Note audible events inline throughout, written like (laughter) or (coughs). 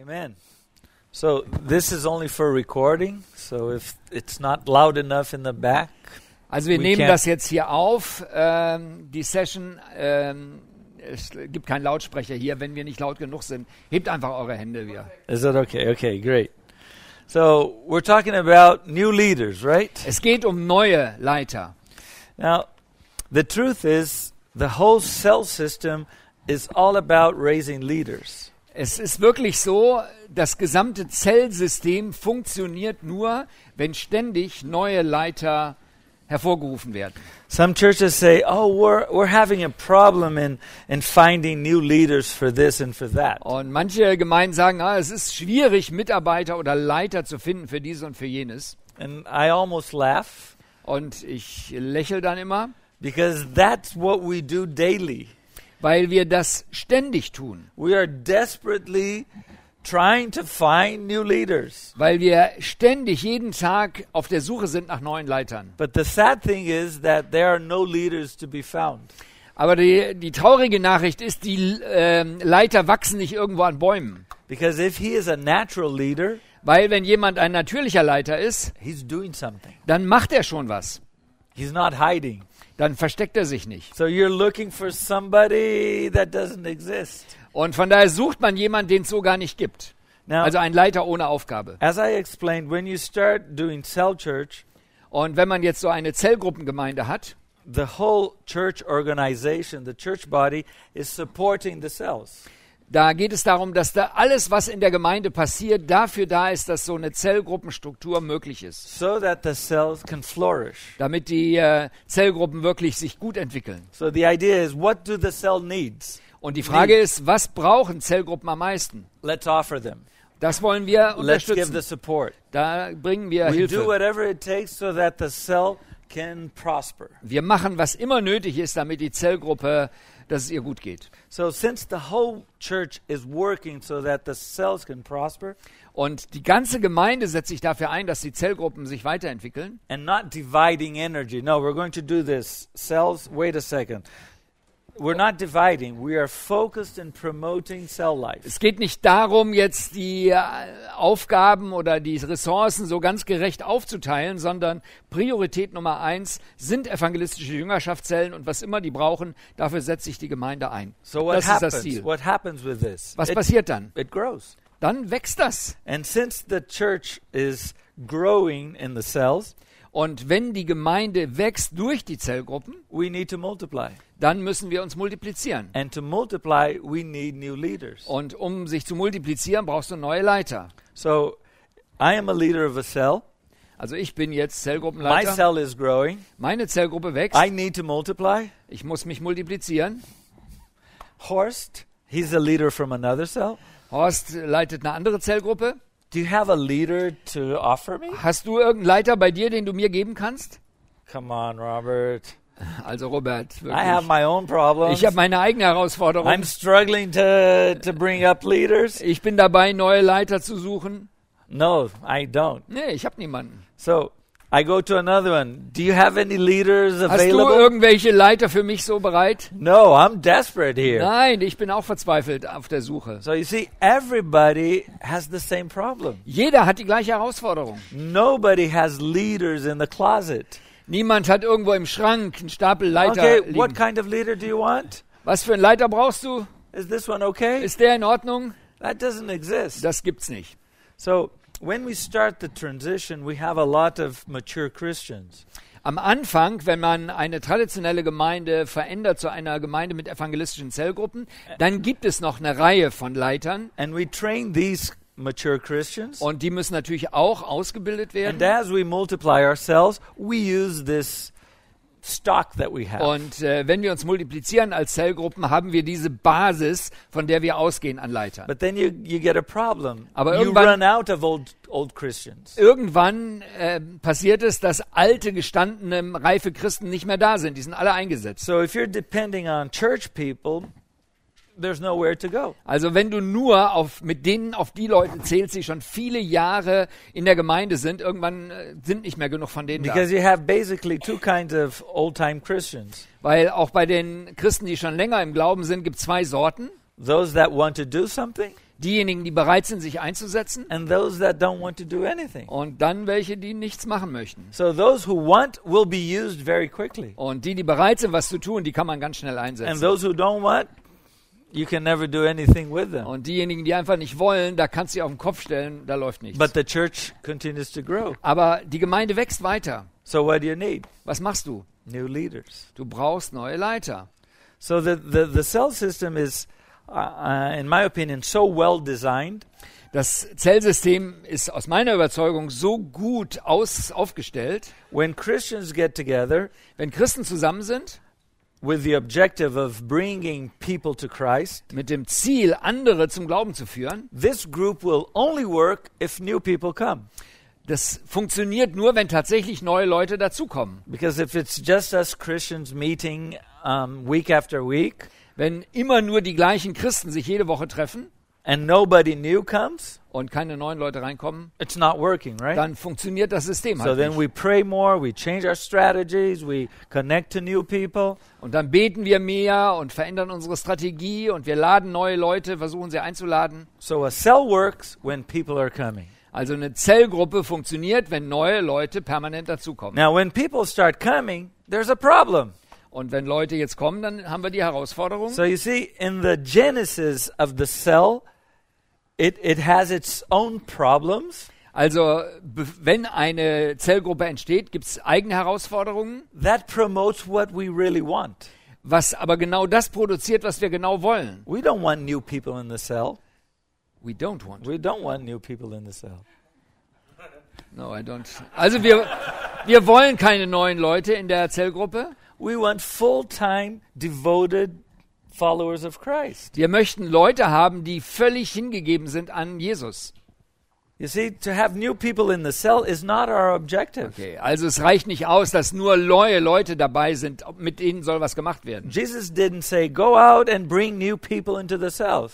Amen. So this is only for recording. So if it's not loud enough in the back, Also wir We nehmen can- das jetzt hier auf. Ähm, die Session, ähm, es gibt keinen Lautsprecher hier, wenn wir nicht laut genug sind. Hebt einfach eure Hände wieder. is that okay? Okay, great. So we're talking about new leaders, right? Es geht um neue Leiter. Now, the truth is the whole cell system is all about raising leaders. Es ist wirklich so, das gesamte Zellsystem funktioniert nur, wenn ständig neue Leiter hervorgerufen werden. Some churches say, "Oh, we're we're having a problem in in finding new leaders for this and for that." Und manche Gemeinden sagen, ah, es ist schwierig, Mitarbeiter oder Leiter zu finden für dies und für jenes. And I almost laugh Und ich lächle dann immer, because that's what we do daily. weil wir das ständig tun. We are desperately trying to find new leaders. Weil wir ständig jeden Tag auf der Suche sind nach neuen Leitern. But the sad thing is that there are no leaders to be found. Aber die, die traurige Nachricht ist, die ähm, Leiter wachsen nicht irgendwo an Bäumen. Because if he is a natural leader, Weil wenn jemand ein natürlicher Leiter ist, he's doing something. dann macht er schon was. He's not hiding. Dann versteckt er sich nicht. So you're looking for somebody that doesn't exist. Und von daher sucht man jemanden, den es so gar nicht gibt. Now, Also einen Leiter ohne Aufgabe. as I explained, when you start doing cell church, Und wenn man jetzt so eine Zellgruppengemeinde hat, the whole church organization, the church body, is supporting the cells. da geht es darum, dass da alles, was in der Gemeinde passiert, dafür da ist, dass so eine Zellgruppenstruktur möglich ist. so that the cells can flourish. Damit die äh, Zellgruppen wirklich sich gut entwickeln. So the idea is what do the cell needs? Und die Frage ist, was brauchen Zellgruppen am meisten? Let's offer them. Das wollen wir Let's give the unterstützen. support. Da bringen wir We do Hilfe. whatever it takes so that the cell can prosper. Wir machen, was immer nötig ist, damit die Zellgruppe, dass es ihr gut geht. So since the whole church is working so that the cells can prosper Und die ganze Gemeinde setzt sich dafür ein, dass die Zellgruppen sich weiterentwickeln. and not dividing energy. No, we're going to do this. Cells, wait a second. We're not dividing. We are focused in promoting cell life. Es geht nicht darum, jetzt die äh, Aufgaben oder die Ressourcen so ganz gerecht aufzuteilen, sondern Priorität Nummer eins sind evangelistische Jüngerschaftszellen und was immer die brauchen, dafür setzt sich die Gemeinde ein. So what das ist das happens? Ziel. What happens with this? Was It, passiert dann? it grows. Dann wächst das. And since the church is growing in the cells, Und wenn die Gemeinde wächst durch die Zellgruppen, we need to multiply. dann müssen wir uns multiplizieren. And to multiply, we need new leaders. Und um sich zu multiplizieren, brauchst du neue Leiter. So I am a leader of a cell. Also ich bin jetzt My Zellgruppenleiter. cell is growing. Meine Zellgruppe wächst. I need to multiply. Ich muss mich multiplizieren. Horst, he's a leader from another cell. Horst leitet eine andere Zellgruppe. Do you have a leader to offer me? Hast du irgendeinen Leiter bei dir, den du mir geben kannst? Come on, Robert. Also Robert, I have wirklich. my own problems. Ich habe meine eigene I'm Herausforderung. struggling to, to bring up leaders. Ich bin dabei, neue Leiter zu suchen. No, I don't. Nee, ich habe niemanden. So I go to another one. Do you have any leaders Hast du available? irgendwelche Leiter für mich so bereit? no, I'm desperate here. Nein, ich bin auch verzweifelt auf der Suche. So you see, everybody has the same problem. Jeder hat die gleiche Herausforderung. Nobody has leaders in the closet. Niemand hat irgendwo im Schrank einen Stapel Leiter okay, what liegen. kind of leader do you want? Was für einen Leiter brauchst du? Is this one okay? Ist der in Ordnung? that doesn't exist. Das gibt's nicht. so when we start the transition, we have a lot of mature Christians. Am Anfang, wenn man eine traditionelle Gemeinde verändert zu einer Gemeinde mit evangelistischen Zellgruppen, dann gibt es noch eine Reihe von Leitern And we train these mature Christians. und die müssen natürlich auch ausgebildet and werden. as we multiply ourselves, we use this stock that we have. Und äh, wenn wir uns multiplizieren als Zellgruppen, haben wir diese Basis, von der wir ausgehen an Leitern. But then you, you get a problem. Aber you irgendwann- run out of old old Christians. Irgendwann äh, passiert es, dass alte, gestandene, reife Christen nicht mehr da sind. Die sind alle eingesetzt. So if you're depending on church people, there's nowhere to go. Also wenn du nur auf, mit denen, auf die Leute zählst, die schon viele Jahre in der Gemeinde sind, irgendwann äh, sind nicht mehr genug von denen da. Because you have basically two kinds of old time Christians. Weil auch bei den Christen, die schon länger im Glauben sind, gibt es zwei Sorten. Those that want to do something diejenigen, die bereit sind, sich einzusetzen and those that don't want to do anything. und dann welche, die nichts machen möchten. So those who want will be used very quickly. Und die, die bereit sind, was zu tun, die kann man ganz schnell And einsetzen. those who don't want, you can never do anything with them. Und diejenigen, die einfach nicht wollen, da kannst du sie auf den Kopf stellen, da läuft nichts. But the church continues to grow. Aber die Gemeinde wächst weiter. So what do you need? Was machst du? New leaders. Du brauchst neue Leiter. So the, the, the cell system is, uh, uh, in my opinion, so well designed Das Zellsystem ist aus meiner Überzeugung so gut aus, aufgestellt, when Christians get together wenn Christen zusammen sind, with the objective of bringing people to Christ. mit dem Ziel, andere zum Glauben zu führen. This group will only work if new people come. Das funktioniert nur, wenn tatsächlich neue Leute dazukommen. Because if it's just us Christians meeting um, week after week Wenn immer nur die gleichen Christen sich jede Woche treffen and nobody new comes, und keine neuen Leute reinkommen, it's not working, right? dann funktioniert das System So halt then nicht. we pray more, we change our strategies, we connect to new people. Und dann beten wir mehr und verändern unsere Strategie und wir laden neue Leute, versuchen sie einzuladen. So a cell works when people are coming. Also eine Zellgruppe funktioniert, wenn neue Leute permanent dazukommen. Now, when people start coming, there's a problem. Und wenn Leute jetzt kommen, dann haben wir die Herausforderung. So you see, in the genesis of the cell, it, it has its own problems Also be- wenn eine Zellgruppe entsteht, gibt es eigene Herausforderungen, that promotes what we really want. was aber genau das produziert, was wir genau wollen. We don't want new people in the cell. We don't want. We don't want new people in the cell. No, I don't. Also wir, wir wollen keine neuen Leute in der Zellgruppe. We want full time, devoted followers of Christ. Wir möchten Leute haben, die völlig hingegeben sind an Jesus. You see, to have new people in the cell is not our objective. Okay, also es reicht nicht aus, dass nur neue Leute dabei sind. Mit ihnen soll was gemacht werden. Jesus didn't say, go out and bring new people into the cells.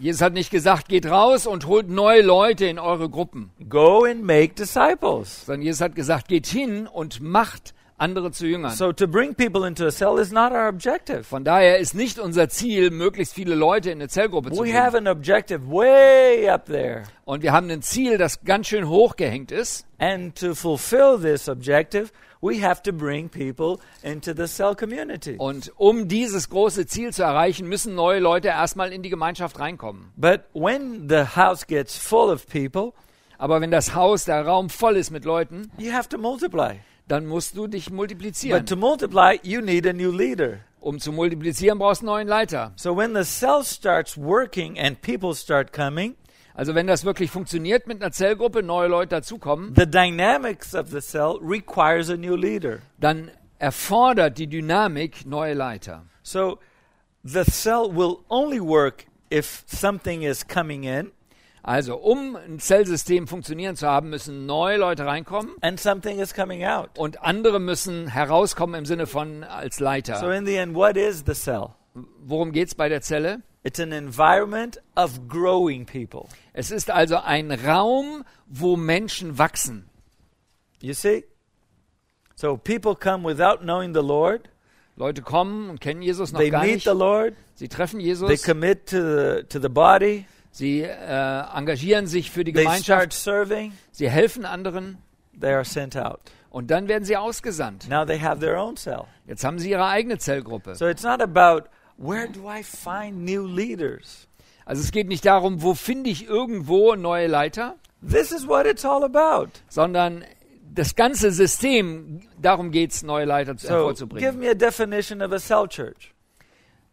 Jesus hat nicht gesagt, geht raus und holt neue Leute in eure Gruppen, Go and make disciples. sondern Jesus hat gesagt, geht hin und macht andere zu Jüngern. So to bring people into a cell is not our objective. Von daher ist nicht unser Ziel, möglichst viele Leute in eine Zellgruppe zu We bringen. have an objective way up there. Und wir haben ein Ziel, das ganz schön hochgehängt ist. And to fulfill this objective, we have to bring people into the cell community. Und um dieses große Ziel zu erreichen, müssen neue Leute erstmal in die Gemeinschaft reinkommen. But when the house gets full of people, Aber wenn das Haus, der Raum voll ist mit Leuten, you have to multiply. dann musst du dich But multiplizieren. to multiply, you need a new leader. Um zu multiplizieren, brauchst du einen neuen Leiter. So when the cell starts working and people start coming, Also wenn das wirklich funktioniert mit einer Zellgruppe, neue Leute dazukommen, the dynamics of the cell requires a new leader. dann erfordert die Dynamik neue Leiter. So the cell will only work if something is coming in Also um ein Zellsystem funktionieren zu haben, müssen neue Leute reinkommen and something is coming out. und andere müssen herauskommen im Sinne von als So, Leiter. in the end, what is the cell? Worum geht's bei der Zelle? It's an environment of growing people. Es ist also ein Raum, wo Menschen wachsen. You see? So, people come without knowing the Lord, Leute kommen und kennen Jesus noch they gar meet nicht. the Lord, Sie treffen they Jesus, commit to the, to the body, sie äh, engagieren sich für die they start Gemeinschaft, serving, sie helfen anderen they are sent out. und dann werden sie ausgesandt. Now they have their own cell. Jetzt haben sie ihre eigene Zellgruppe. So, it's not about where do I find new leaders? Also es geht nicht darum, wo finde ich irgendwo neue Leiter, This is what it's all about. sondern das ganze System, darum geht's, neue Leiter zu- So, give hervorzubringen. me a definition of a cell church.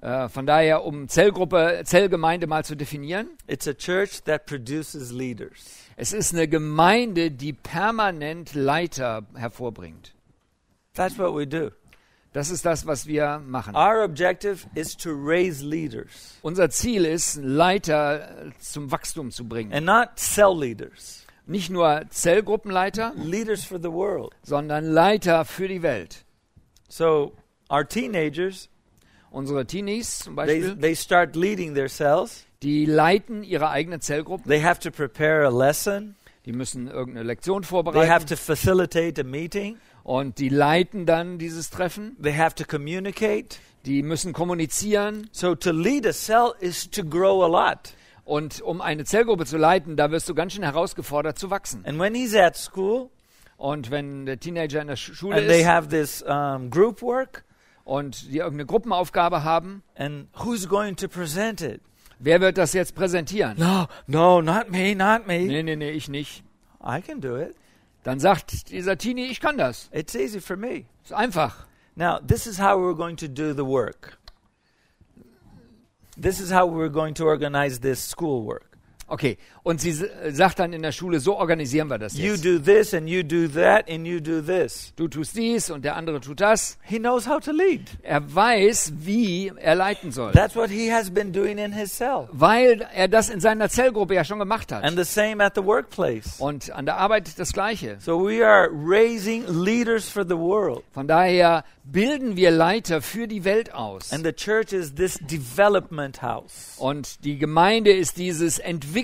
Äh, von daher, um Zellgruppe, Zellgemeinde mal zu definieren, It's a church that produces leaders. es ist eine Gemeinde, die permanent Leiter hervorbringt. That's what we do. Das ist das, was wir machen. Our objective is to raise leaders Unser Ziel ist, Leiter äh, zum Wachstum zu bringen. and not cell leaders, Nicht nur Zellgruppenleiter, leaders for the world. sondern Leiter für die Welt. So our teenagers, Unsere Teenies zum they, Beispiel, they start leading their cells. die leiten ihre eigenen Zellgruppen. They have to prepare a lesson. Die müssen irgendeine Lektion They have vorbereiten to facilitate a meeting. und die leiten dann dieses Treffen. They have to communicate. Die müssen kommunizieren So to lead a cell is to grow a lot. Und um eine Zellgruppe zu leiten, da wirst du ganz schön herausgefordert zu wachsen. And when he's at school Und wenn der Teenager in der Sch- Schule and they ist have this um, group work, und die irgendeine Gruppenaufgabe haben, and who's going to present it? wer wird das jetzt präsentieren? No, no, not me, not me. Nee, nee, nee, ich nicht. I can do it. Dann sagt dieser Teenie, ich kann das. It's easy for me. Ist einfach. Now, this is how we're going to do the work. This is how we're going to organize this school work. Okay, und sie s- sagt dann in der Schule, so organisieren wir das You jetzt. do this and you do that and you do this. Du tust dies und der andere tut das. He knows how to lead. Er weiß, wie er leiten soll, That's what he has been doing in his cell. weil er das in seiner Zellgruppe ja schon gemacht hat. And the same at the workplace. Und an der Arbeit das Gleiche. So we are raising leaders for the world. Von daher bilden wir Leiter für die Welt aus. And the church is this development house. Und die Gemeinde ist dieses Entwicklungszentrum.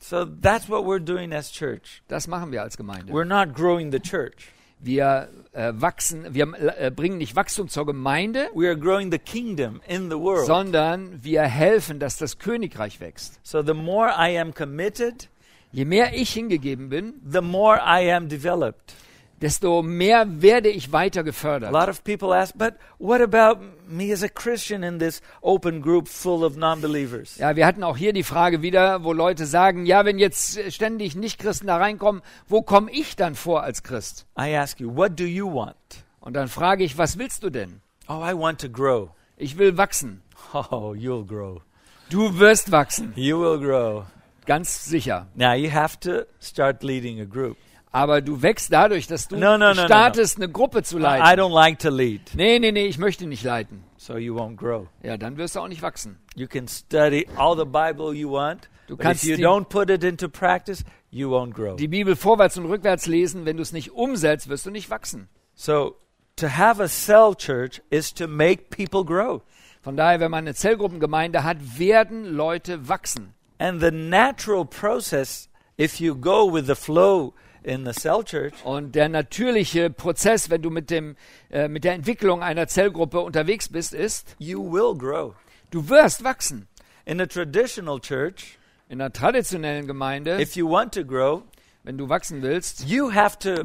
So that's what we're doing as church. Das machen wir als Gemeinde. We're not growing the church. Wir äh, wachsen, wir äh, bringen nicht Wachstum zur Gemeinde, We are growing the kingdom in the world. sondern wir helfen, dass das Königreich wächst. So the more I am committed, Je mehr ich hingegeben bin, the more I am developed. desto mehr werde ich weiter A gefördert. lot of people ask, but what about me as a Christian in this open group full of non believers? Ja, wir hatten auch hier die Frage wieder, wo Leute sagen, ja, wenn jetzt äh, ständig Nichtchristen da reinkommen, wo komme ich dann vor als Christ? I ask you, what do you want? Und dann frage ich, was willst du denn? Oh, I want to grow. Ich will wachsen. Oh, you'll grow. Du wirst wachsen, You will grow. ganz sicher. Now you have to start leading a group. Aber du wächst dadurch, dass du No, no, no, no, no. startest, eine Gruppe zu leiten. I don't like to lead, nee, nee, nee, ich möchte nicht leiten. so you won't grow. Ja, dann wirst du auch nicht wachsen. You can study all the Bible you want, Du but if kannst you die- don't put it into practice, you won't grow. Die Bibel vorwärts und rückwärts lesen, wenn du es nicht umsetzt, wirst du nicht wachsen. So to have a cell church is to make people grow. Von daher, wenn man eine Zellgruppengemeinde hat, werden Leute wachsen. And the natural process, if you go with the flow in the cell church, Und der natürliche Prozess, wenn du mit, dem, äh, mit der Entwicklung einer Zellgruppe unterwegs bist, ist, you will grow. du wirst wachsen. In a traditional church, In einer traditionellen Gemeinde, if you want to grow, wenn du wachsen willst, you have to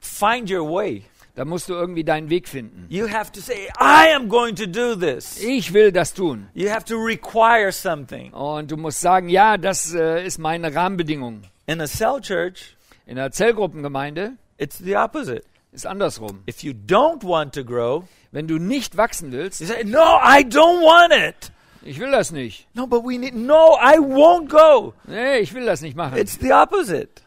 find your way. dann musst du irgendwie deinen Weg finden. You have to say, I am going to do this. Ich will das tun. You have to require something. Und du musst sagen, ja, das äh, ist meine Rahmenbedingung. In a cell church, In der Zellgruppengemeinde it's the opposite. ist andersrum. If you don't want to grow, Wenn du nicht wachsen willst, you say, No, I don't want it. ich will das nicht. No, but we need, no, I won't go. Nee, ich will das nicht machen. It's the opposite.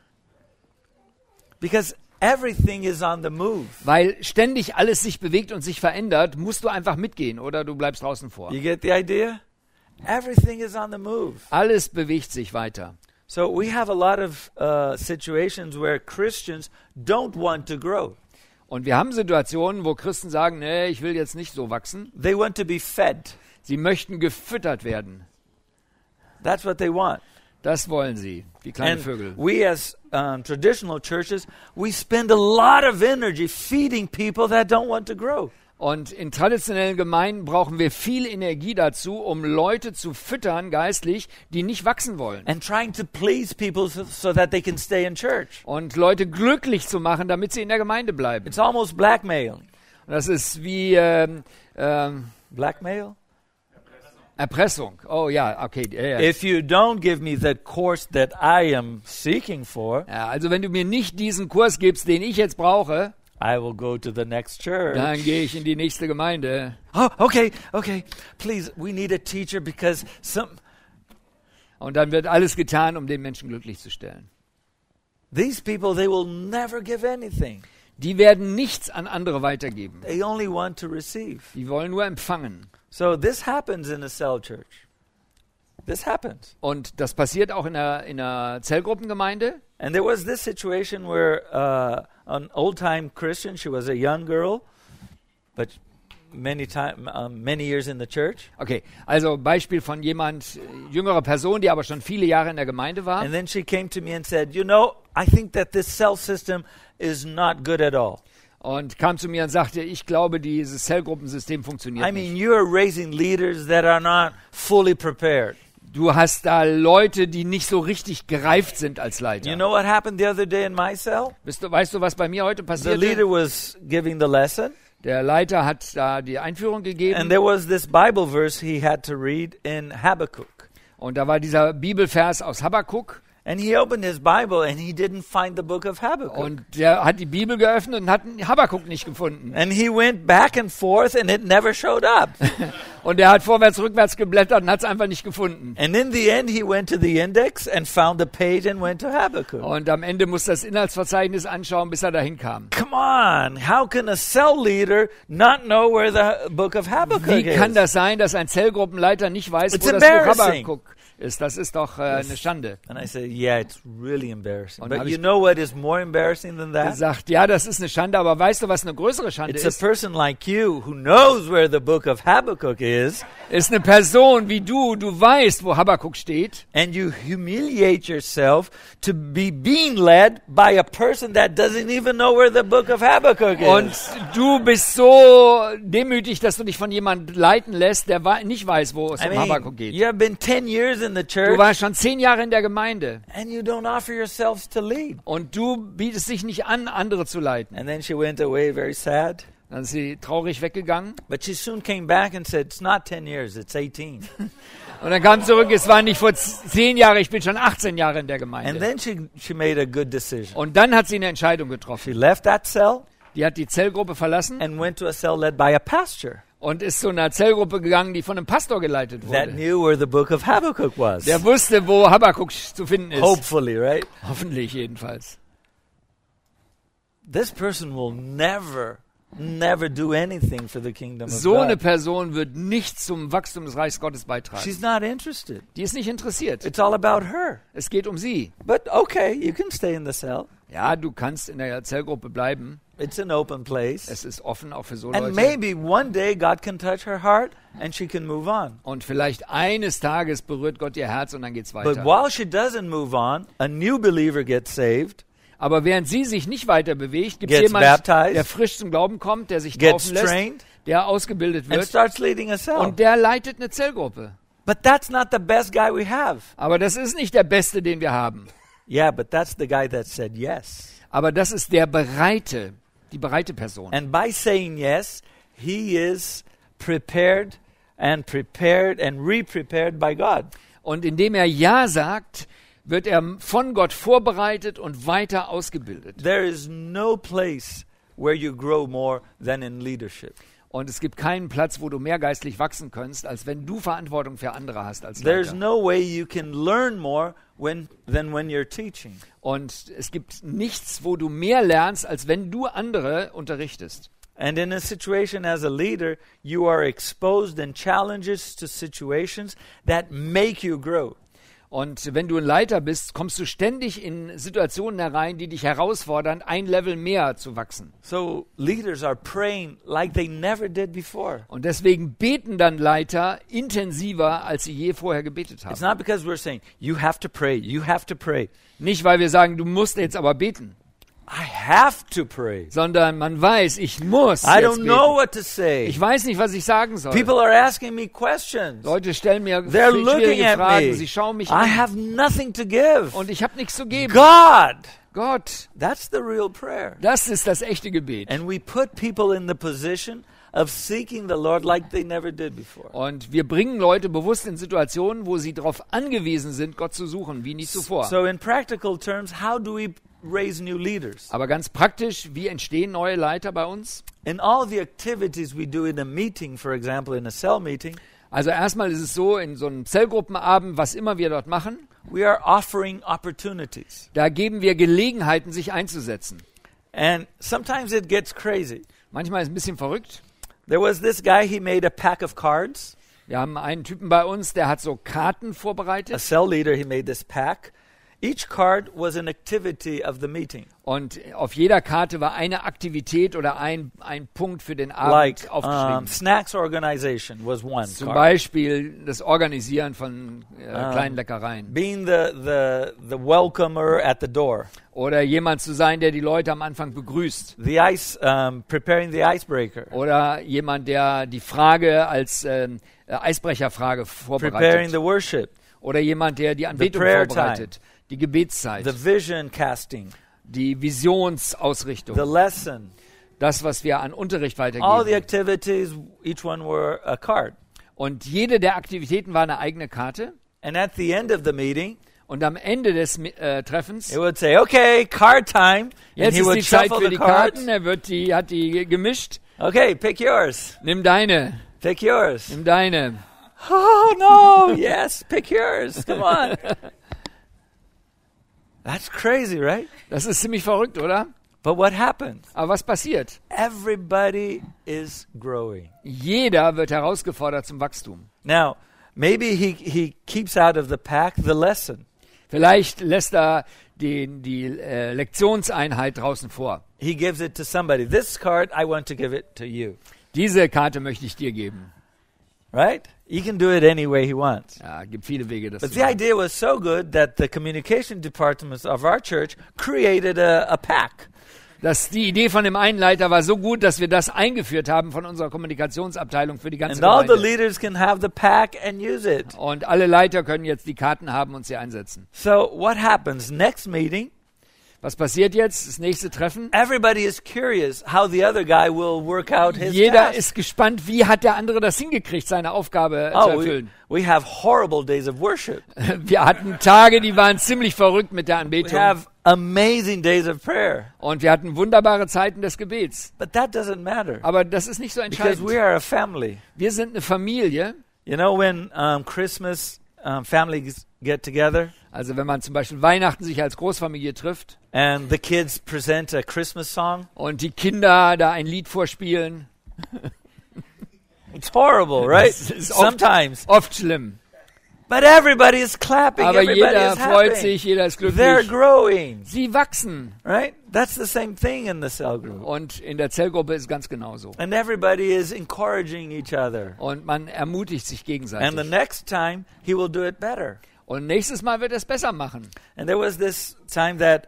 Because everything is on the move. Weil ständig alles sich bewegt und sich verändert, musst du einfach mitgehen oder du bleibst draußen vor. You get the idea? Everything is on the move. Alles bewegt sich weiter. So we have a lot of uh, situations where Christians don't want to grow. Und wir haben Situationen, wo Christen sagen, nee, ich will jetzt nicht so wachsen. They want to be fed. Sie möchten gefüttert werden. That's what they want. Das wollen sie, die kleinen Vögel. And we, as um, traditional churches, we spend a lot of energy feeding people that don't want to grow. Und in traditionellen Gemeinden brauchen wir viel Energie dazu, um Leute zu füttern geistlich, die nicht wachsen wollen. And trying to please people so, so that they can stay in church. Und Leute glücklich zu machen, damit sie in der Gemeinde bleiben. It's almost blackmail. Und das ist wie ähm, ähm, Blackmail? Erpressung. Oh ja, okay. Ja, ja. If you don't give me the course that I am seeking for, Ja, also wenn du mir nicht diesen Kurs gibst, den ich jetzt brauche, I will go to the next dann church. gehe ich in die nächste Gemeinde. Oh, okay, okay. Please, we need a teacher because some Und dann wird alles getan, um den Menschen glücklich zu stellen. these people they will never give anything. Die werden nichts an andere weitergeben. They only want to receive. Die wollen nur empfangen. So this happens in a cell church. This happens. Und das passiert auch in einer, in einer Zellgruppengemeinde. And there was this situation where uh, an old-time Christian, she was a young girl, but many time, um, many years in the church, Okay, also Beispiel von jemand, äh, jüngerer Person, die aber schon viele Jahre in der Gemeinde war. And then she came to me and said, You know, I think that this cell system is not good at all. Und kam zu mir und sagte, ich glaube, dieses Zellgruppensystem funktioniert I nicht. mean, you are raising leaders that are not fully prepared. Du hast da Leute, die nicht so richtig gereift sind als Leiter. You know what happened the other day in my cell? Weißt du, weißt du, was bei mir heute The passiert leader was giving the lesson, Der Leiter hat da die Einführung and gegeben there was this Bible verse he had to read in Habakkuk. und da war dieser Bibelvers aus Habakkuk And he opened his Bible and he didn't find the book of Habakkuk. und der hat die Bibel geöffnet und hat einen Habakkuk nicht gefunden. and he went back and forth and it never showed (laughs) up. Und er hat vorwärts, rückwärts geblättert und hat es einfach nicht gefunden. and in the end, he went to the index and found the page and went to Habakkuk. Und am Ende musste er das Inhaltsverzeichnis anschauen, bis er dahin kam. Come on, how can a cell leader not know where the book of Wie Habakkuk kann is? das sein, dass ein Zellgruppenleiter nicht weiß, It's wo das Buch embarrassing. Habakkuk ist? Das ist doch äh, eine Schande. and I said, yeah, it's really embarrassing. Und but habe you ich- know what is more embarrassing than Er that? sagt, ja, das ist eine Schande, aber weißt du, was eine größere Schande It's a ist? person like you who knows where the book of Habakkuk is, Ist eine Person wie du, du weißt, wo Habakkuk steht. and you humiliate yourself to be being led by a person that doesn't even know where the book of Habakkuk Und is. du bist so demütig, dass du dich von jemandem leiten lässt, der wei- nicht weiß, wo es I um mean, Habakkuk geht. you have been 10 years in the Du church, warst schon zehn Jahre in der Gemeinde and you don't offer yourselves to lead. und du bietest dich nicht an, andere zu leiten. And then she went away very sad. Dann ist sie traurig weggegangen. But she soon came back and said, It's not 10 years, it's 18. Und dann kam zurück, es waren nicht vor z- zehn Jahre, ich bin schon 18 Jahre in der and Gemeinde. then she, she made a good decision. Und dann hat sie eine Entscheidung She getroffen. left that cell Die hat die Zellgruppe verlassen and went to a cell led by a pastor und ist zu einer Zellgruppe gegangen, die von einem Pastor geleitet that wurde. knew where the book of Habakkuk was. Der wusste, wo Habakkuk sch- zu finden ist. Hopefully, right? Hoffentlich jedenfalls. This person will never, never do anything for the kingdom of So eine God. Person wird nicht zum Wachstum des Reichs Gottes beitragen. She's not interested. Die ist nicht interessiert. It's all about her. Es geht um sie. But okay, you can stay in the cell. Ja, du kannst in der Zellgruppe bleiben. It's an open place. Es ist offen auch für so And Leute. maybe one day God can touch her heart and she can move on. Und vielleicht eines Tages berührt Gott ihr Herz und dann geht's But weiter. while she doesn't move on, a new believer gets saved, Aber während sie sich nicht weiter bewegt, gibt es Gets jemanden, baptized. der frisch zum Glauben kommt, der sich gets taufen lässt, trained, der ausgebildet and wird starts leading a cell. und der leitet eine Zellgruppe. But that's not the best guy we have. Aber das ist nicht der Beste, den wir haben. Yeah, but that's the guy that said yes. Aber das ist der Bereite, die bereite Person. And by saying yes, he is prepared and prepared and re-prepared by God. Und indem er Ja sagt, wird er von Gott vorbereitet und weiter ausgebildet. There is no place where you grow more than in leadership. Und es gibt keinen Platz, wo du mehr geistlich wachsen kannst, als wenn du Verantwortung für andere hast als There's Leiter. no way you can learn more when than when you're teaching. Und es gibt nichts, wo du mehr lernst, als wenn du andere unterrichtest. And in a situation as a leader, you are exposed and challenges to situations that make you grow. Und wenn du ein Leiter bist, kommst du ständig in Situationen herein, die dich herausfordern, ein Level mehr zu wachsen. So leaders are praying like they never did before. Und deswegen beten dann Leiter intensiver, als sie je vorher gebetet It's haben. not because we're saying, you have to pray, you have to pray. Nicht, weil wir sagen, du musst jetzt aber beten, I have to pray. sondern man weiß, ich muss. I jetzt don't know beten. what to say. Ich weiß nicht, was ich sagen soll. People are asking me questions. Leute stellen mir They're looking schwierige at Fragen, me. sie schauen mich I an have nothing to give. und ich habe nichts zu geben. God, Gott, that's the real prayer. das ist das echte Gebet. And we put people in the position of seeking the Lord like they never did before. Und wir bringen Leute bewusst in Situationen, wo sie darauf angewiesen sind, Gott zu suchen, wie nie zuvor. So, in practical terms, how do we raise new leaders? Aber ganz praktisch, wie entstehen neue Leiter bei uns? In all the activities we do in a meeting, for example, in a cell meeting, Also erstmal ist es so, in so einem Zellgruppenabend, was immer wir dort machen, we are offering opportunities. da geben wir Gelegenheiten, sich einzusetzen. And sometimes it gets crazy. Manchmal ist es ein bisschen verrückt. There was this guy, he made a pack of cards. Wir haben einen Typen bei uns, der hat so Karten A vorbereitet cell leader, he made this pack. Each card was an activity of the meeting. und auf jeder Karte war eine Aktivität oder ein, ein Punkt für den Abend Like aufgeschrieben. um, snacks organization was one Zum card. Beispiel das Organisieren von äh, Ähm, kleinen Leckereien. Being the, the, the welcomer at the door. Oder jemand zu sein, der die Leute am Anfang begrüßt. The ice, um, preparing the icebreaker. Oder jemand, der die Frage als ähm, äh, Eisbrecherfrage vorbereitet. Preparing the worship. Oder jemand, der die Anbetung prayer vorbereitet, die Gebetszeit, the vision casting, die Visionsausrichtung, the lesson, das, was wir an Unterricht all the weitergeben. activities, each one were a card. Und jede der Aktivitäten war eine eigene Karte. And at the end of the meeting, Und am Ende des äh, Treffens, it would say, okay, card time. And jetzt he ist die would Zeit shuffle für the die cards. Karten, er wird die, hat die gemischt. Okay, pick yours. Nimm deine, Pick yours. nimm deine. (laughs) Oh, no. (laughs) yes, pick yours. Come on. (laughs) That's crazy, right? Das ist ziemlich verrückt, oder? But what happens? Aber was passiert? Everybody is growing. Jeder wird herausgefordert zum Wachstum. Now, maybe he, he keeps out of the pack the lesson. Vielleicht lässt er den, die äh, Lektionseinheit draußen vor. He gives it to somebody. This card, I want to give it to you. Diese Karte möchte ich dir geben. Right? He can do it any way he wants. Ja, gibt viele Wege, das But zu the machen. idea was so good that the communication departments of our church created a, a pack. Das, die Idee von dem Einleiter war so gut, dass wir das eingeführt haben von unserer Kommunikationsabteilung für die And ganze all the Gemeinde. leaders can have the pack and use it. Und alle Leiter können jetzt die Karten haben und sie einsetzen. So, what happens? Next meeting, Was passiert jetzt? Das nächste Treffen? everybody is curious how the other guy will work out his Jeder task. ist gespannt, wie hat der andere das hingekriegt, seine Aufgabe zu Oh, we, erfüllen. (laughs) we have horrible days of worship. Wir hatten Tage, die waren ziemlich verrückt mit der We Anbetung. have amazing days of prayer. Und wir hatten wunderbare Zeiten des Gebets. But that doesn't matter Aber das ist nicht so because we entscheidend. are a family. Wir sind eine Familie. You know, when um, Christmas um, families get together Also wenn man zum Beispiel Weihnachten sich als Großfamilie trifft and the kids present a Christmas song, und die Kinder da ein Lied vorspielen, it's horrible, right? This is oft- Sometimes. oft schlimm. But everybody is clapping, Aber everybody jeder is freut happy. sich, jeder ist They're glücklich. growing, Sie wachsen. right? That's the same thing in the cell group. Und in der Zellgruppe ist ganz genauso. And everybody is encouraging each other. Und man ermutigt sich And the gegenseitig. next time, he will do it better. Und nächstes Mal wird er es besser machen. And there was this time that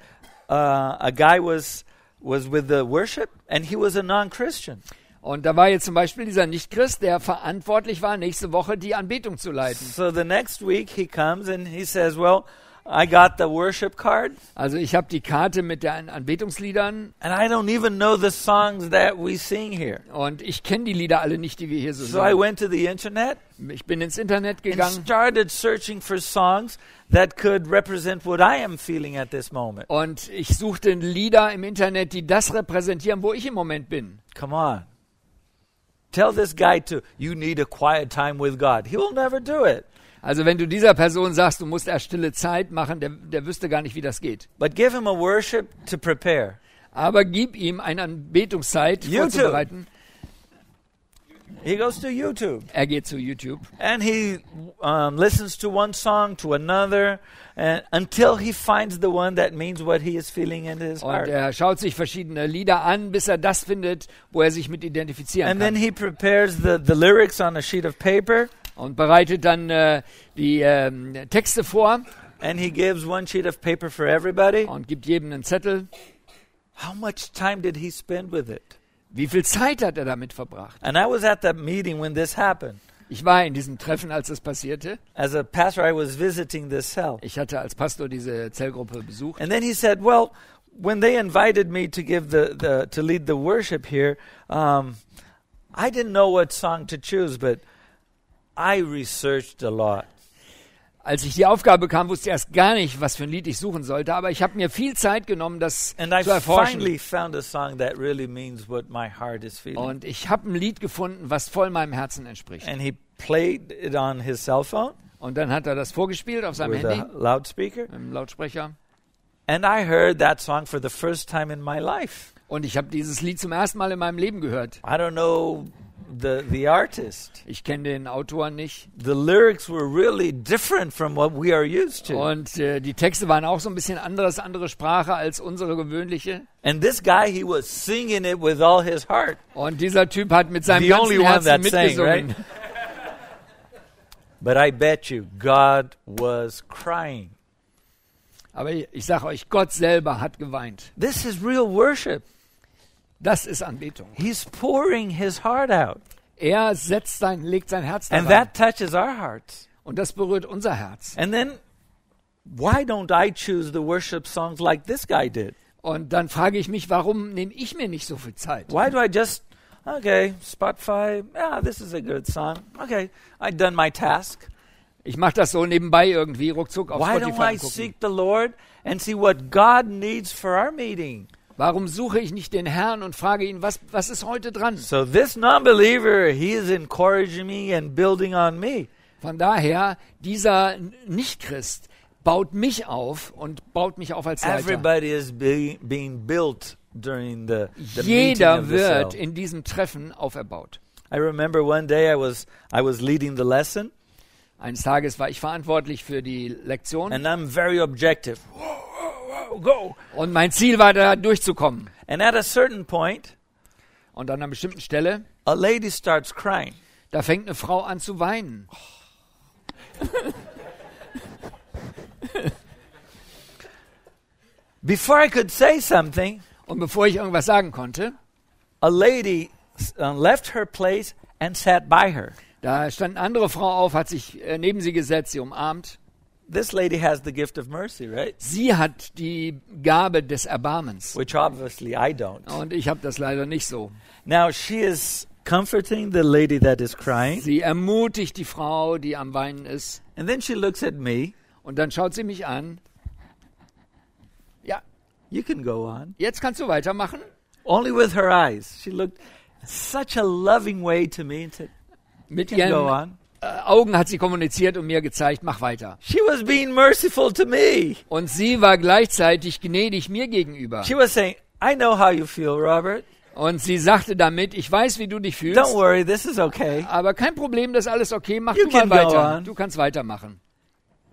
uh, a guy was was with the worship, and he was a non-Christian. Und da war jetzt zum Beispiel dieser Nichtchrist, der verantwortlich war, nächste Woche die Anbetung zu leiten. So the next week he comes and he says, "Well, I got the worship card, Also ich habe die Karte mit den Anbetungsliedern and I don't even know the songs that we sing here." und ich kenne die Lieder alle nicht, die wir hier so So I singen. went to the internet Ich bin ins Internet and gegangen started searching for songs that could represent what I am feeling at this moment. und ich suchte Lieder im Internet, die das repräsentieren, wo ich im Moment bin. Come on. Tell this guy to, you need a quiet time with God. He will never do it. Also wenn du dieser Person sagst, du musst erst stille Zeit machen, der, der wüsste gar nicht, wie das geht. But give him a worship to prepare. Aber gib ihm eine Anbetungszeit YouTube. vorzubereiten. He goes to YouTube Er geht zu YouTube and he um, listens to one song to another and until he finds the one that means what he is feeling in his und heart. er schaut sich verschiedene Lieder an, bis er das findet, wo er sich mit identifizieren And then kann. he prepares the, the lyrics on a sheet of paper Und bereitet dann äh, die ähm, Texte vor and he gives one sheet of paper for everybody. und gibt jedem einen Zettel. How much time did he spend with it? Wie viel Zeit hat er damit verbracht? And I was at that meeting when this happened. Ich war in diesem Treffen, als das passierte. As a pastor, I was visiting this cell. Ich hatte als Pastor diese Zellgruppe besucht. And then he said, "Well, when they invited me to give the, the to lead the worship here, um, I didn't know what song to choose, but I researched a lot. Als ich die Aufgabe bekam, wusste ich erst gar nicht, was für ein Lied ich suchen sollte, aber ich habe mir viel Zeit genommen, das And I zu erforschen. finally found a song that really means what my heart is feeling." Und ich habe ein Lied gefunden, was voll meinem Herzen entspricht. And he played it on his cell phone Und dann hat er das vorgespielt auf seinem with Handy, a loudspeaker, mit dem Lautsprecher. and I heard that song for the first time in my life. Und ich habe dieses Lied zum ersten Mal in meinem Leben gehört. I don't know the the artist. Ich kenne den Autor nicht. The lyrics were really different from what we are used to. Und äh, die Texte waren auch so ein bisschen anderes, andere Sprache als unsere gewöhnliche. And this guy, he was singing it with all his heart. Und dieser Typ hat mit seinem The only ganzen one Herzen that sang, mitgesungen. right? But I bet you God was crying. Aber ich ich sage euch, Gott selber hat geweint. This is real worship. Das ist Anbetung. He's pouring his heart out. Er setzt sein, legt sein Herz And da rein. that touches our hearts. Und das berührt unser Herz. And then, why don't I choose the worship songs like this guy did? Und dann frage ich mich, warum nehme ich mir nicht so viel Zeit? Why do I just, okay, Spotify, yeah, this is a good song. Okay, i done my task. Ich mache das so nebenbei irgendwie ruckzuck auf Why don't I Spotify gucken. seek the Lord and see what God needs for our meeting? Warum suche ich nicht den Herrn und frage ihn, was, was ist heute dran? So this non-believer, he is encouraging me and building on me. Von daher, dieser N- Nichtchrist baut mich auf und baut mich auf als Leiter. Everybody is be, being built during the, the meeting Jeder of the wird cell. in diesem Treffen auferbaut. I remember one day I was I was leading the lesson Eines Tages war ich verantwortlich für die Lektion and I'm very objective. go. und mein Ziel war da durchzukommen. And at a certain point, Und an einer bestimmten Stelle, a lady starts crying. da fängt eine Frau an zu weinen. Before I could say something, Und bevor ich irgendwas sagen konnte, a lady uh, left her place and sat by her. da stand eine andere Frau auf, hat sich äh, neben sie gesetzt, sie umarmt. This lady has the gift of mercy, right? Sie hat die Gabe des Erbarmens. Which obviously I don't. Und ich habe das leider nicht so. Now she is comforting the lady that is crying, Sie ermutigt die Frau, die am Weinen ist. and then she looks at me. Und dann schaut sie mich an. Ja, You can go on. jetzt kannst du weitermachen. Only with her eyes. She looked such a loving way to me and said, Mit You can go ihren on. äh, Augen hat sie kommuniziert und mir gezeigt, mach weiter. She was being merciful to me. Und sie war gleichzeitig gnädig mir gegenüber. She was saying, I know how you feel, Robert. Und sie sagte damit, ich weiß, wie du dich Don't fühlst, worry, this is okay. aber kein Problem, das ist alles okay, mach You du mal can go weiter. on. Du kannst weitermachen.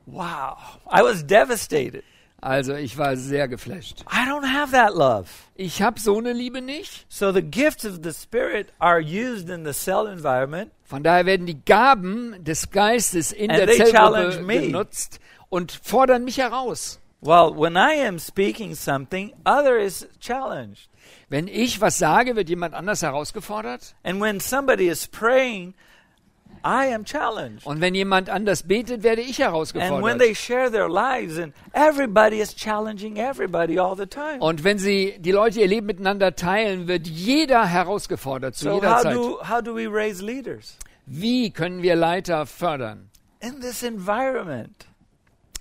Wow. I was devastated. Also, ich war sehr geflasht. I don't have that love. Ich habe so eine Liebe nicht. So the gifts of the Spirit are used in the cell environment Von daher werden die Gaben des Geistes in And der they Zellgruppe challenge me. genutzt und fordern mich heraus. Well, when I am speaking something, other is challenged. Wenn ich was sage, wird jemand anders herausgefordert. And when somebody is praying, I am challenged. Und wenn jemand anders betet, werde ich And when herausgefordert. they share their lives and everybody is challenging everybody all the time. Und wenn sie die Leute ihr Leben miteinander teilen, wird jeder herausgefordert zu So jeder how Zeit. do how do we raise leaders? Wie können wir Leiter fördern? In this environment.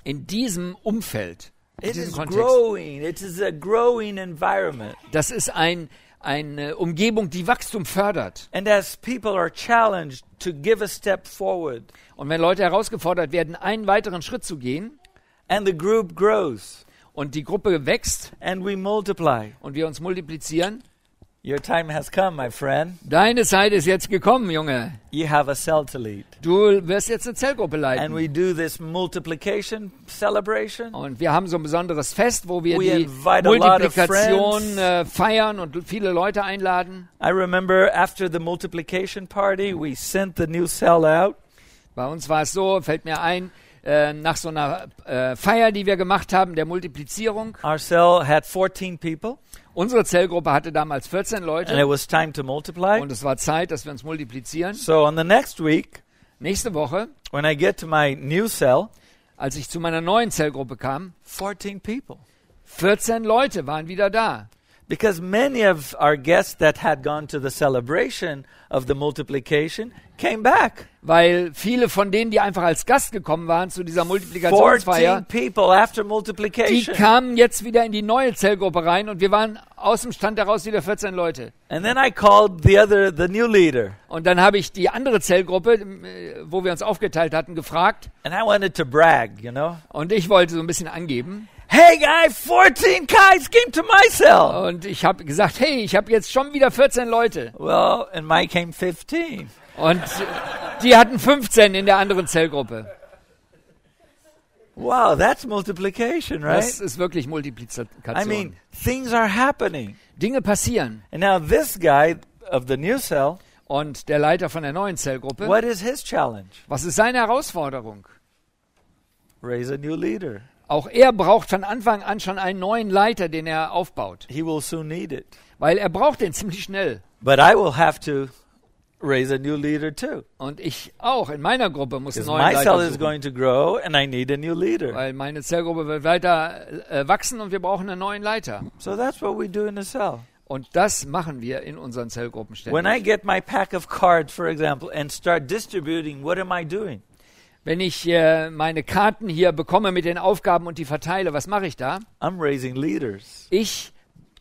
In diesem Umfeld, in It diesem is Kontext. growing. It is a growing environment. Das ist ein, eine Umgebung, die Wachstum fördert. And as people are challenged to give a step forward Und wenn Leute herausgefordert werden, einen weiteren Schritt zu gehen and the group grows und die Gruppe wächst and we multiply. und wir uns multiplizieren, Your time has come, my friend. deine Zeit ist jetzt gekommen, Junge. You have a cell to lead. Du wirst jetzt eine Zellgruppe and leiten. we do this multiplication celebration. Und wir haben so ein besonderes Fest, wo wir We die invite a lot of Multiplikation friends. äh, feiern und viele Leute einladen. I remember after the multiplication party, we sent the new cell out, Bei uns war es so, fällt mir ein, äh, nach so einer äh, Feier, die wir gemacht haben, der Multiplizierung. our cell had 14 people, Unsere Zellgruppe hatte damals 14 and it Leute was time to multiply. und es war Zeit, dass wir uns multiplizieren. So on the next week, Nächste Woche, when I get to my new cell, als ich zu meiner neuen Zellgruppe kam, 14 people. 14 Leute waren wieder da. Because many of our guests that had gone to the celebration of the multiplication came back. Weil viele von denen, die einfach als Gast gekommen waren zu dieser 14 Multiplikationsfeier, people after die multiplication. kamen jetzt wieder in die neue Zellgruppe rein und wir waren aus dem Stand heraus wieder 14 Leute. And then I called the other, the new leader, Und dann habe ich die andere Zellgruppe, äh, wo wir uns aufgeteilt hatten, gefragt, and I wanted to brag, you know. Und ich wollte so ein bisschen angeben. Hey guy, 14 guys came to my cell. Und ich habe gesagt, hey, ich habe jetzt schon wieder 14 Leute. Well, and mine came 15. Und die hatten 15 in der anderen Zellgruppe. Wow, that's multiplication, right? Das ist wirklich I Multiplikation. mean, things are happening. Dinge passieren. And now this guy of the new cell, Und der Leiter von der neuen Zellgruppe, what is his challenge? was ist seine Herausforderung? Raise a new leader. Auch er braucht von Anfang an schon einen neuen Leiter, den er aufbaut. He will soon need it. (laughs) Weil er braucht den ziemlich schnell. But I will have to raise a new leader too. Und ich auch. In meiner Gruppe muss ein Because neuer my cell Leiter is suchen, going to grow and I need a new leader. weil meine Zellgruppe wird weiter äh, wachsen und wir brauchen einen neuen Leiter. So that's what we do in the cell. Und das machen wir in unseren Zellgruppen When ständig. I get my pack of cards, for example, and start distributing, what am I doing? Wenn ich äh, meine Karten hier bekomme mit den Aufgaben und die verteile, was mache ich da? I'm raising leaders. Ich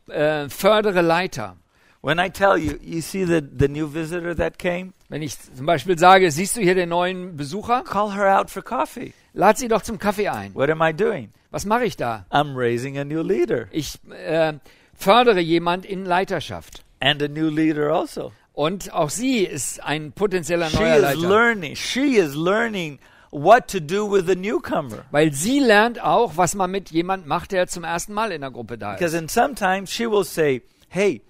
äh, fördere Leiter. When I tell you, you see the, the new visitor that came? Wenn ich zum Beispiel sage, siehst du hier den neuen Besucher? Call her out for coffee. Lad sie doch zum Kaffee ein. What am I doing? Was mache ich da? I'm raising a new leader Ich äh, fördere jemand in Leiterschaft. and a new leader also. Und auch sie ist ein potenzieller She neuer is Leiter. learning. She is learning what to do with the newcomer. Weil sie lernt auch, was man mit jemand macht, der zum ersten Mal in der Gruppe da Because ist. then sometimes she will say, Hey,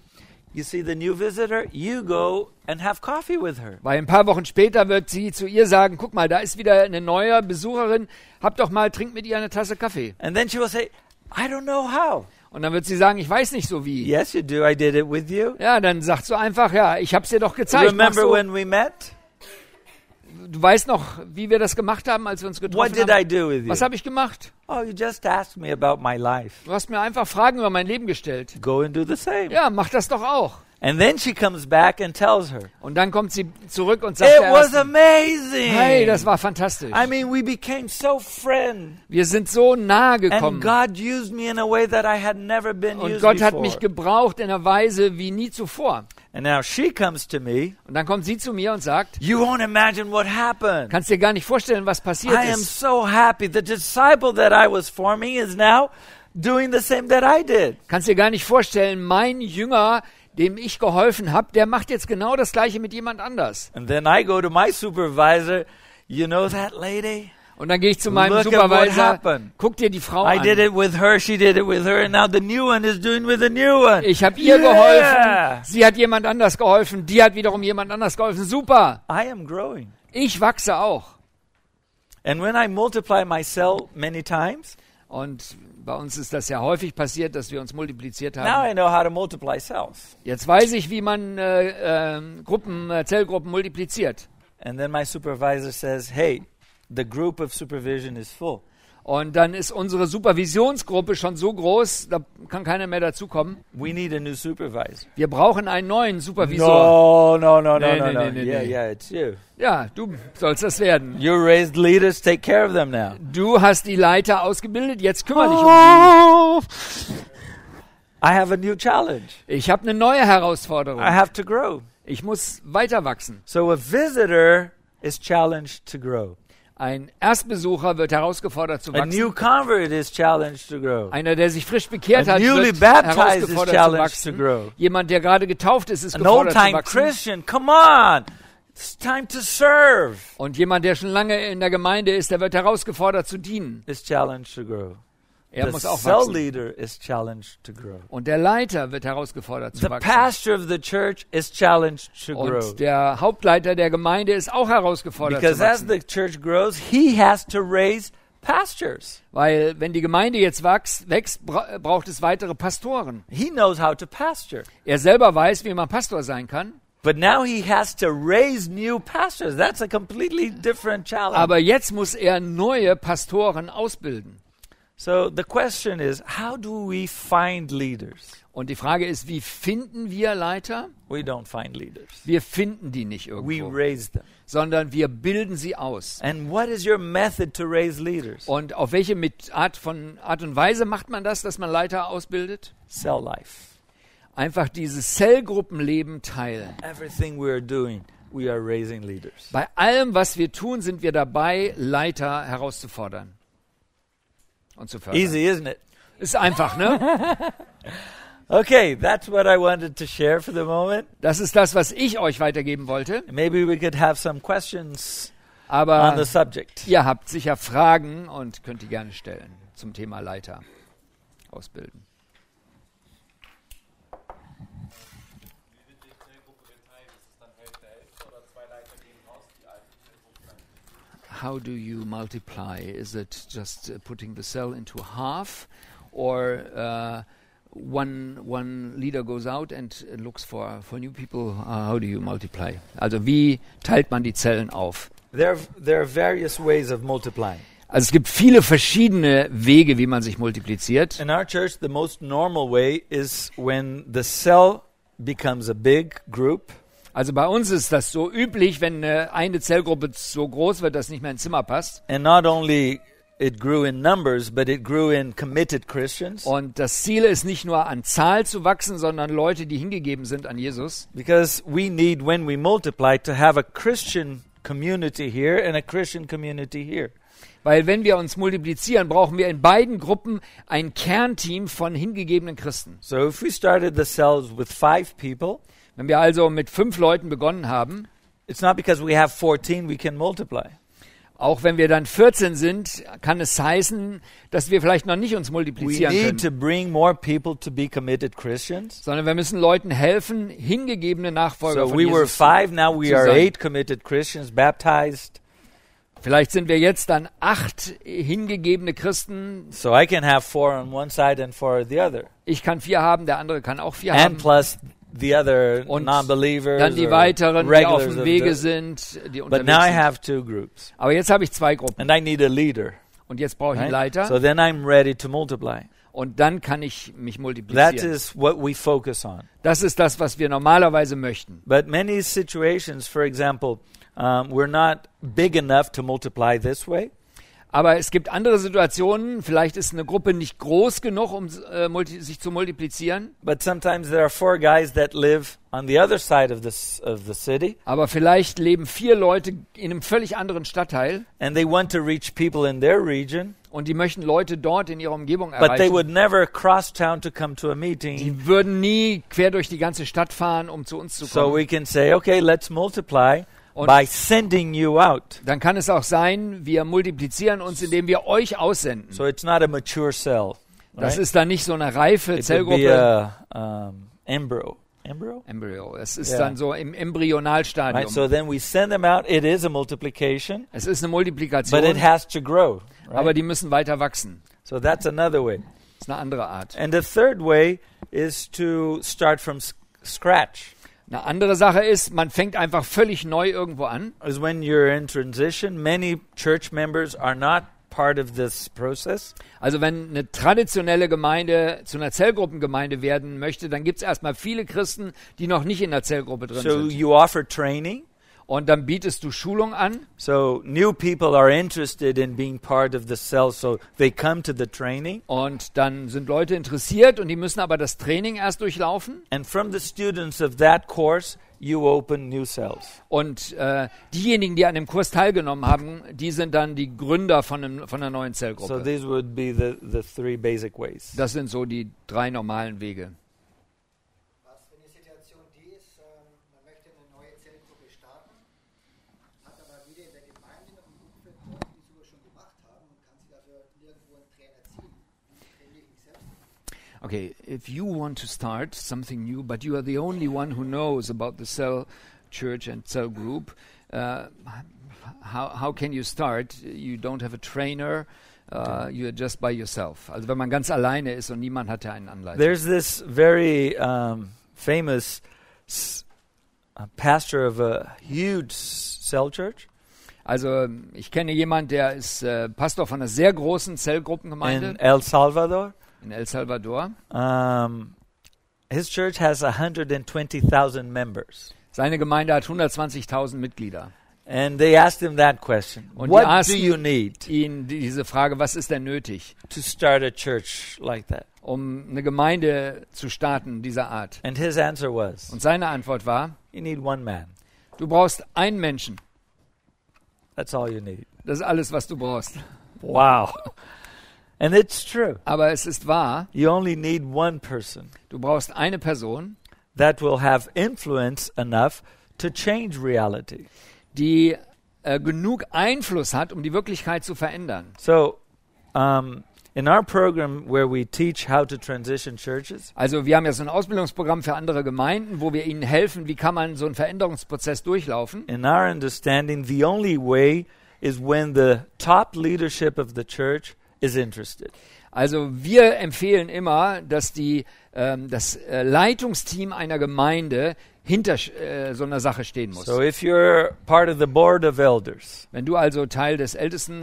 you see the new visitor? You go and have coffee with her. Weil ein paar Wochen später wird sie zu ihr sagen, guck mal, da ist wieder eine neue Besucherin, hab doch mal, trink mit ihr eine Tasse Kaffee. And then she will say, I don't know how. Und dann wird sie sagen, ich weiß nicht so wie. Yes, you do. I did it with you. Ja, dann sagt so einfach, ja, ich hab's dir doch gezeigt. mach's Remember so. when we met? Du weißt noch, wie wir das gemacht haben, als wir uns What getroffen did I haben? do with Was you? habe ich gemacht? Oh, you just asked me about my life. Du hast mir einfach Fragen über mein Leben gestellt. Go and do the same. Ja, mach das doch auch. And then she comes back and tells her, Und dann kommt sie zurück und sagt, It der was Ersten, amazing. hey, das war fantastisch. I mean, we became so friend, Wir sind so nahe and gekommen. God used me in a way that I Oh, had never been Und used Gott hat before. mich gebraucht in einer Weise wie nie zuvor. and now she comes to me. Und dann kommt sie zu mir und sagt, You won't imagine what happened. kannst dir gar nicht vorstellen, was passiert I am ist. so happy. The disciple that I was forming is now doing the same that I did. Kannst dir gar nicht vorstellen, mein Jünger, dem ich geholfen habe, der macht jetzt genau das gleiche mit jemand anders. And then I go to my supervisor. You know that lady? Und dann gehe ich zu meinem Look at what Supervisor, happened. guck dir die Frau I did an. it with her. She did it with her, and now the new one is doing with the new one. Ich habe ihr Yeah. geholfen, sie hat jemand anders geholfen, die hat wiederum jemand anders geholfen. Super, I am growing. ich wachse auch. And when I multiply myself many times, Und bei uns ist das ja häufig passiert, dass wir uns multipliziert now haben. I know how to multiply cells. Jetzt weiß ich, wie man äh, ähm, Gruppen, äh, Zellgruppen multipliziert. And then my supervisor says, hey, the group of supervision is full. Und dann ist unsere Supervisionsgruppe schon so groß, da kann keiner mehr dazukommen. We need a new supervisor. Wir brauchen einen neuen No, Supervisor. no, no, no, Nee, no, nee, no. nee, nee, yeah, nee. yeah, it's you. Ja, du sollst das werden. You raised leaders, take care of them now. Du hast die Leiter ausgebildet, jetzt kümmere dich um Oh. I have a new challenge. die. Ich habe eine neue I Herausforderung. have to grow. Ich muss weiter wachsen. So a visitor is challenged to grow. Ein Erstbesucher wird herausgefordert zu A wachsen. new convert is challenged to grow. Einer, der sich frisch bekehrt A hat, newly wird baptized is herausgefordert zu challenged to wachsen. grow. Jemand, der gerade getauft ist, ist An old gefordert zu time wachsen. Christian, come on. It's time to serve. Und jemand, der schon lange in der Gemeinde ist, der wird herausgefordert zu dienen. Is challenged to grow. Er the muss auch cell wachsen. leader is challenged to grow. Und der Leiter wird herausgefordert zu The wachsen. pastor of the church is challenged to grow. Und der Hauptleiter der Gemeinde ist auch herausgefordert zu Because as wachsen. the church grows, he has to raise pastors. Weil wenn die Gemeinde jetzt wächst, wächst bra braucht es weitere Pastoren. He knows how to pastor. Er selber weiß, wie man Pastor sein kann. But now he has to raise new pastors. That's a completely different challenge. Aber jetzt muss er neue Pastoren ausbilden. so the question is how do we find leaders? Und die Frage ist, wie finden wir Leiter? We don't find leaders, Wir finden die nicht we irgendwo, raise them. sondern wir bilden sie aus. And what is your method to raise leaders? Und auf welche mit Art, von Art und Weise macht man das, dass man Leiter ausbildet? Cell life. Einfach dieses Zellgruppenleben teilen. Everything we are doing, we are raising leaders. Bei allem, was wir tun, sind wir dabei, Leiter herauszufordern und zu fördern. Easy, isn't it? Ist einfach, ne? Okay, that's what I wanted to share for the moment. Das ist das, was ich euch weitergeben wollte. Maybe we could have some questions on the Aber subject. ihr habt sicher Fragen und könnt die gerne stellen zum Thema Leiter ausbilden. Wie wird die Zellgruppe geteilt? Ist es dann Hälfte, Hälfte oder zwei Leiter gehen raus, die alte Zellgruppe bleibt? How do you multiply? Is it just uh, putting the cell into half, or uh, one one leader goes out and uh, looks for for new people. Uh, how do you multiply? Also wie teilt man die Zellen auf? There, there are various ways of multiplying. Also es gibt viele verschiedene Wege, wie man sich multipliziert. In our church, the most normal way is when the cell becomes a big group Also bei uns ist das so üblich, wenn äh, eine Zellgruppe so groß wird, dass nicht mehr ein Zimmer passt. And not only it grew in numbers, but it grew in committed Christians. Und das Ziel ist nicht nur an Zahl zu wachsen, sondern Leute, die hingegeben sind an Jesus. Because we need, when we multiply, to have a Christian community here and a Christian community here. Weil wenn wir uns multiplizieren, brauchen wir in beiden Gruppen ein Kernteam von hingegebenen Christen. So if we started the cells with five people, Wenn wir also mit fünf Leuten begonnen haben, it's not because we have 14 we can multiply. auch wenn wir dann 14 sind, kann es heißen, dass wir vielleicht noch nicht uns We multiplizieren need können, to bring more people to be committed Christians. sondern wir müssen Leuten helfen, hingegebene Nachfolger So von we were Jesus. five, now we zu are sein. eight committed Christians baptized. Vielleicht sind wir jetzt dann acht hingegebene Christen. So I can have four on one side and four on the other. Ich kann vier haben, der andere kann auch vier and haben. plus the other Und non-believers Dann die or weiteren, die auf regulars dem of Wege the- sind, die But now unterwegs I sind. have two groups, Aber jetzt habe ich zwei Gruppen. and I need a leader. Und jetzt brauche ich einen right? Leiter. So then I'm ready to multiply. Und dann kann ich mich That multiplizieren. is what we focus on. Das ist das, was wir normalerweise möchten. But many situations, for example, um, we're not big enough to multiply this way. Aber es gibt andere Situationen. Vielleicht ist eine Gruppe nicht groß genug, um äh, multi sich zu multiplizieren. But sometimes there are four guys that live on the other side of this of the city, Aber vielleicht leben vier Leute in einem völlig anderen Stadtteil and they want to reach people in their region, und die möchten Leute dort in ihrer Umgebung but they erreichen. would never cross town to come to a meeting. Ah, Die würden nie quer durch die ganze Stadt fahren, um zu uns zu So kommen. we can say, okay, let's multiply Und- by sending you out. Dann kann es auch sein, wir multiplizieren uns, indem wir euch aussenden. So it's not a mature cell. Das right? ist dann nicht so eine reife It would be Zellgruppe. a um, embryo. Embryo. Embryo. Es ist Ja. dann so im Right. Embryonalstadium. So then we send them out. It is a multiplication, Es ist eine but it Multiplikation, has to grow. right? aber die müssen weiter wachsen. So that's another way. Das ist eine andere Art. And the third way is to start from s- scratch. Eine andere Sache ist, man fängt einfach völlig neu irgendwo an. Is when you're in transition. Many church members are not part of this process. Also wenn eine traditionelle Gemeinde zu einer Zellgruppengemeinde werden möchte, dann gibt es erstmal viele Christen, die noch nicht in der Zellgruppe drin So sind. you offer training. Und dann bietest du Schulung an. So new people are interested in being part of the cell, so they come to the training. Und dann sind Leute interessiert und die müssen aber das Training erst durchlaufen. And from the students of that course, you open new cells. Und äh, diejenigen, die an dem Kurs teilgenommen haben, die sind dann die Gründer von, einem, von einer neuen So Zellgruppe. these would be the, the three basic ways. Das sind so die drei normalen Wege. Was, wenn die Situation die ist, ähm, man möchte eine neue Zellgruppe starten, hat aber wieder in der Gemeinde noch ein Umfeld, Leute, die sowas schon gemacht haben und kann sich dafür nirgendwo einen Trainer ziehen. Wie trainiere ich mich selbst? Okay, if you want to start something new, but you are the only one who knows about the cell church and cell group, uh, how, how can you start? You don't have a trainer, uh, you are just by yourself. Also wenn man ganz alleine ist und niemand hatte einen Anleiter. There's this very um, famous s- uh, pastor of a huge s- cell church, Also ich kenne jemanden, der ist äh, Pastor von einer sehr großen Zellgruppengemeinde in El Salvador. in El Salvador. Um, his church has 120,000 members. Seine Gemeinde hat 120.000 Mitglieder. And they asked him that question Und die What do aßen- you need Ihnen die- diese Frage, was ist denn nötig, to start a church like that? um eine Gemeinde zu starten dieser Art? And his answer was Und seine Antwort war, You need one man. du brauchst einen Menschen. That's all you need. Das ist alles, was du brauchst. Wow. (laughs) and it's true. Aber es ist wahr, You only need one person du brauchst eine Person, that will have influence enough to change reality. die äh, genug Einfluss hat, um die Wirklichkeit zu verändern. So, um, in our program where we teach how to transition churches, Also wir haben ja so ein Ausbildungsprogramm für andere Gemeinden, wo wir ihnen helfen, wie kann man so einen Veränderungsprozess durchlaufen. in our understanding, the only way is when the top leadership of the church is interested. Also wir empfehlen immer, dass die, ähm, das äh, Leitungsteam einer Gemeinde hinter sch- äh, so einer Sache stehen muss. So if you're part of the board of elders, Wenn du also Teil des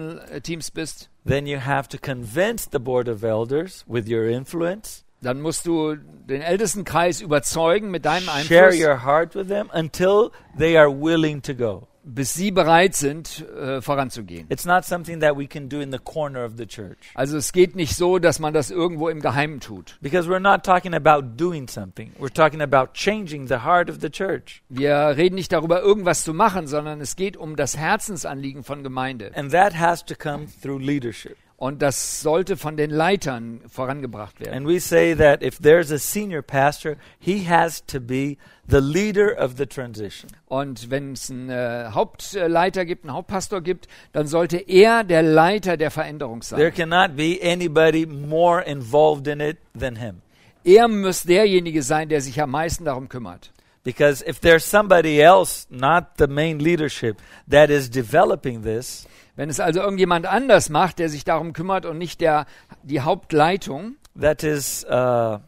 Ältestenteams bist, then you have to convince the board of elders with your influence, dann musst du den Ältestenkreis überzeugen mit deinem share Einfluss, your heart with them until they are willing to go. bis sie bereit sind, äh, voranzugehen. It's not something that we can do in the corner of the church. Also es geht nicht so, dass man das irgendwo im Geheimen tut. Because we're not talking about doing something. We're talking about changing the heart of the church. Wir reden nicht darüber, irgendwas zu machen, sondern es geht um das Herzensanliegen von Gemeinde. And that has to come through leadership. Und das sollte von den Leitern vorangebracht werden. And we say that if there's a senior pastor, he has to be the leader of the transition. Und wenn es einen äh, Hauptleiter gibt, einen Hauptpastor gibt, dann sollte er der Leiter der Veränderung There sein. cannot be anybody more involved in it than him. Er muss derjenige sein, der sich am meisten darum kümmert. Because if there's somebody else, not the main leadership, that is developing this, Wenn es also irgendjemand anders macht, der sich darum kümmert und nicht der, die Hauptleitung, that is uh,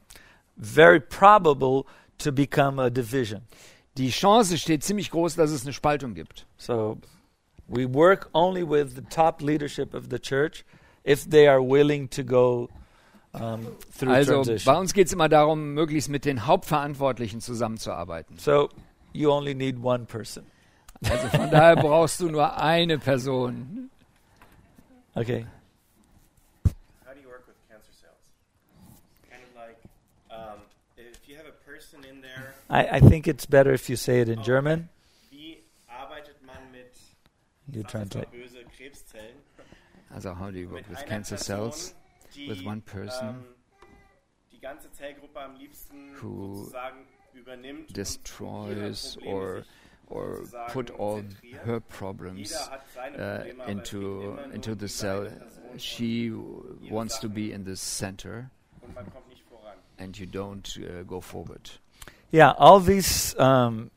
very probable to become a division. die Chance steht ziemlich groß, dass es eine Spaltung gibt. So we work only with the top leadership of the church if they are willing to go um, through Also bei transition. uns geht es immer darum, möglichst mit den Hauptverantwortlichen zusammenzuarbeiten. So you only need one person. Also (laughs) von daher brauchst du nur eine Person. Okay. How do you work with cancer cells? Kind of like um, if you have a person in there, I, I think it's better if you say it in Okay. German. wie arbeitet man mit You sag jetzt mal translate. böse Krebszellen? Also how do you work Mit with einer cancer Person, cells? die, with one person ähm, die ganze Zellgruppe am liebsten who sozusagen übernimmt und Destroys ihre Probleme or sich or sozusagen put all zentriert. her problems Jeder hat seine uh, Probleme, aber es geht into immer nur into um the die cell. eine Person She wants to be in the center, und man kommt nicht voran. and you don't uh, go forward. Yeah, all these um,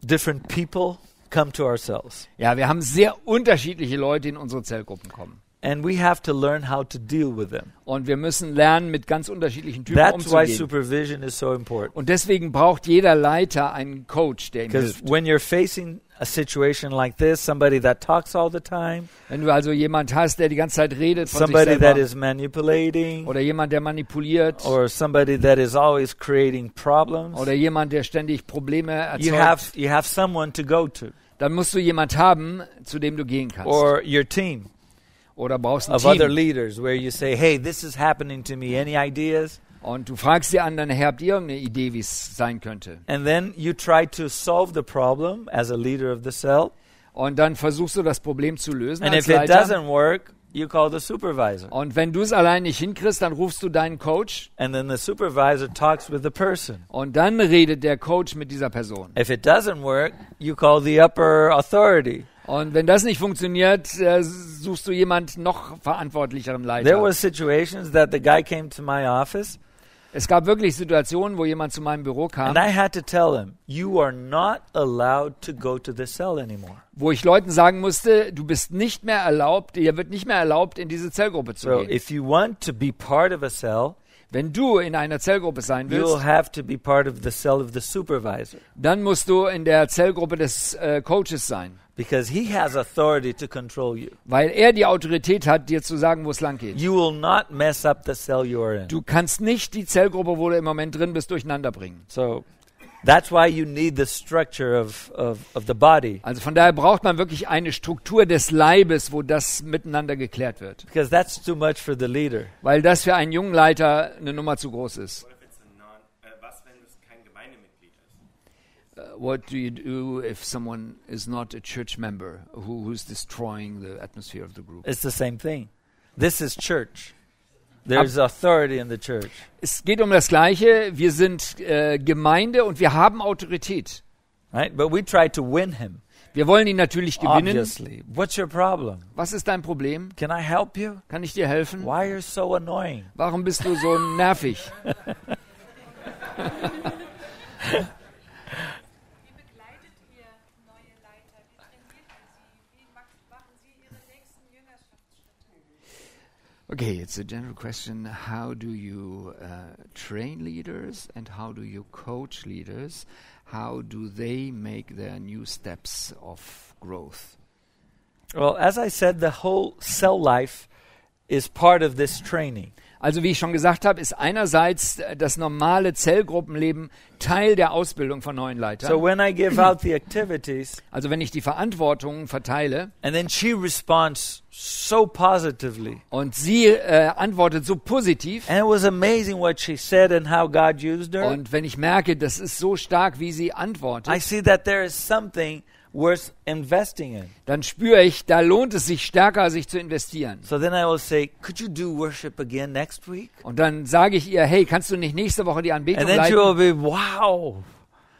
different people come to ourselves, Ja, wir haben sehr unterschiedliche Leute, die in unsere Zellgruppen kommen. and we have to learn how to deal with them. Und wir müssen lernen, mit ganz unterschiedlichen Typen That's why umzugehen. supervision is so important. Und deswegen braucht jeder Leiter einen Coach, der ihm Because hilft. when you're facing a situation like this, somebody that talks all the time, Wenn du also jemand hast, der die ganze Zeit redet von sich somebody that selber is manipulating, oder jemand, der manipuliert or somebody that is always creating problems, oder jemand, der ständig Probleme you erzeugt, have you have someone to go to, dann musst du jemand haben, zu dem du gehen kannst. or your team Oder brauchst ein of other Team. leaders, where you say, "Hey, this is happening to me. Any ideas?" Und du fragst die anderen, hey, habt ihr irgendeine Idee, wie es sein könnte? And then you try to solve the problem as a leader of the cell. Und dann versuchst du, das Problem zu lösen And als if it Leiter. doesn't work, you call the supervisor. Und wenn du es allein nicht hinkriegst, dann rufst du deinen Coach And then the supervisor talks with the person. und dann redet der Coach mit dieser Person. If it doesn't work, you call the upper authority. Und wenn das nicht funktioniert, äh, suchst du jemand noch verantwortlicheren There were Leiter. situations that the guy came to my office Es gab wirklich Situationen, wo jemand zu meinem Büro kam, and I had to tell him, "You are not allowed to go to the cell anymore." wo ich Leuten sagen musste, du bist nicht mehr erlaubt, dir wird nicht mehr erlaubt, in diese Zellgruppe zu So, gehen. if you want to be part of a cell, Wenn du in einer Zellgruppe sein you'll willst, have to be part of the cell of the supervisor dann musst du in der Zellgruppe des äh, Coaches sein, because he has authority to control you. weil er die Autorität hat, dir zu sagen, wo es lang geht. You will not mess up the cell you are in. Du kannst nicht die Zellgruppe, wo du im Moment drin bist, durcheinander bringen. So that's why you need the structure of, of, of the body, Also von daher braucht man wirklich eine Struktur des Leibes, wo das miteinander geklärt wird. because that's too much for the leader. weil das für einen jungen Leiter eine Nummer zu groß ist. What if it's a non, äh, was, wenn es kein Gemeindemitglied ist? Uh, what do you do if someone is not a church member who, who's destroying the atmosphere of the group? It's the same thing. This is church. There's authority in the church. Es geht um das Gleiche. Wir sind äh, Gemeinde und wir haben Autorität. Right? But we try to win him. Wir wollen ihn natürlich gewinnen. Obviously. What's your problem? Was ist dein Problem? Can I help you? Kann ich dir helfen? Why are you so annoying? Warum bist du so nervig? Wie begleitet ihr neue Leiter? Wie trainiert ihr sie? Wie macht- machen sie ihre nächsten Jüngerschaftsschritte? Okay, it's a general question. How do you uh, train leaders and how do you coach leaders? How do they make their new steps of growth? Well, as I said, the whole cell life is part of this training. Also wie ich schon gesagt habe, ist einerseits äh, das normale Zellgruppenleben Teil der Ausbildung von neuen Leitern. So when I give out the activities, also wenn ich die Verantwortung verteile and then she responds so positively. und sie äh, antwortet so positiv And it was amazing what she said and how God used her. und wenn ich merke, das ist so stark, wie sie I antwortet, see that there is something worth investing in. dann spüre ich, da lohnt es sich stärker, sich zu investieren. So then I will say, Could you do worship again next week? Und dann sage ich ihr, hey, kannst du nicht nächste Woche die Anbetung And then she will leiten? be, Wow.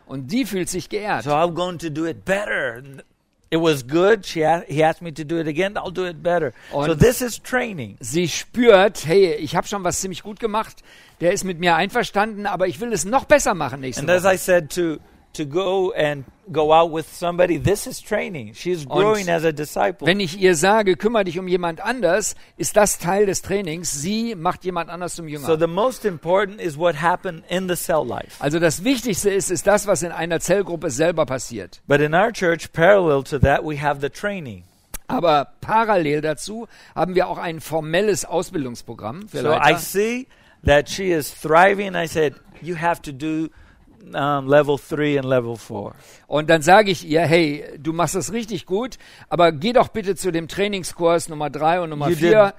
Und die fühlt sich geehrt. So I'm going to do it better. N- It was good. She a- he asked me to do it again. I'll do it better. so Und- this is training. Sie spürt, hey, ich habe schon was ziemlich gut gemacht, der ist mit mir einverstanden, aber ich will es noch besser machen nächste And as I Woche. said, to to go and go out with somebody, this is training. She's growing as a disciple. Wenn ich ihr sage, kümmere dich um jemand anders, ist das Teil des Trainings. Sie macht jemand anders zum So Jünger. the most important is what happened in the cell life. Also das Wichtigste ist, ist das, was in einer Zellgruppe selber passiert. But in our church, parallel to that, we have the training. Aber parallel dazu haben wir auch ein formelles Ausbildungsprogramm für So I Leiter. see that she is thriving. I said, you have to do um, level three and level four. Und dann sage ich ihr, hey, du machst das richtig gut, aber geh doch bitte zu dem Trainingskurs Nummer 3 und Nummer You 4. did-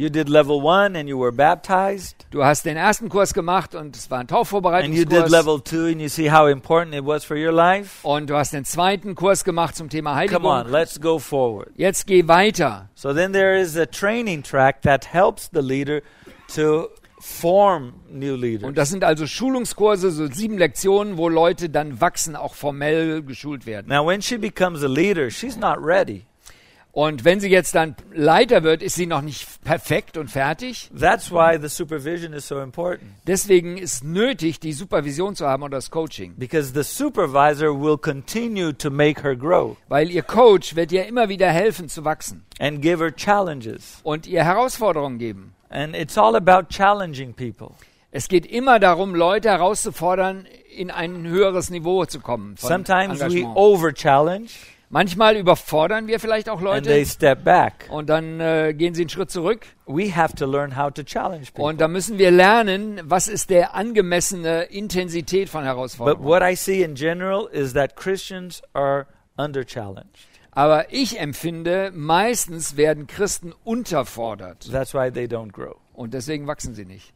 You did level one and you were baptized, Du hast den ersten Kurs gemacht und es war ein and you did Taufvorbereitungskurs. level two, and you see how important it was for your life. Und du hast den zweiten Kurs gemacht zum Thema Come on, Heiligung. let's go forward. Jetzt geh weiter. So then there is a training track that helps the leader to form new leaders. Und das sind also Schulungskurse, so sieben Lektionen, wo Leute dann wachsen, auch formell geschult werden. Now, when she becomes a leader, she's not ready. Und wenn sie jetzt dann Leiter wird, ist sie noch nicht perfekt und fertig. That's why the supervision is so important Deswegen ist nötig, die Supervision zu haben und das Coaching. because the supervisor will continue to make her grow Weil ihr Coach wird ihr immer wieder helfen zu wachsen. and give her challenges. und ihr Herausforderungen geben. And it's all about challenging people. Es geht immer darum, Leute herauszufordern, in ein höheres Niveau zu kommen. Von Sometimes we Engagement. over challenge Manchmal überfordern wir vielleicht auch and they Leute step back. und dann äh, gehen sie einen Schritt zurück. We have to learn how to challenge people. Und da müssen wir lernen, was ist der angemessene Intensität von But Herausforderungen. what I see in general is that Christians are under challenged. Aber ich empfinde, meistens werden Christen unterfordert That's why they don't grow. und deswegen wachsen sie nicht.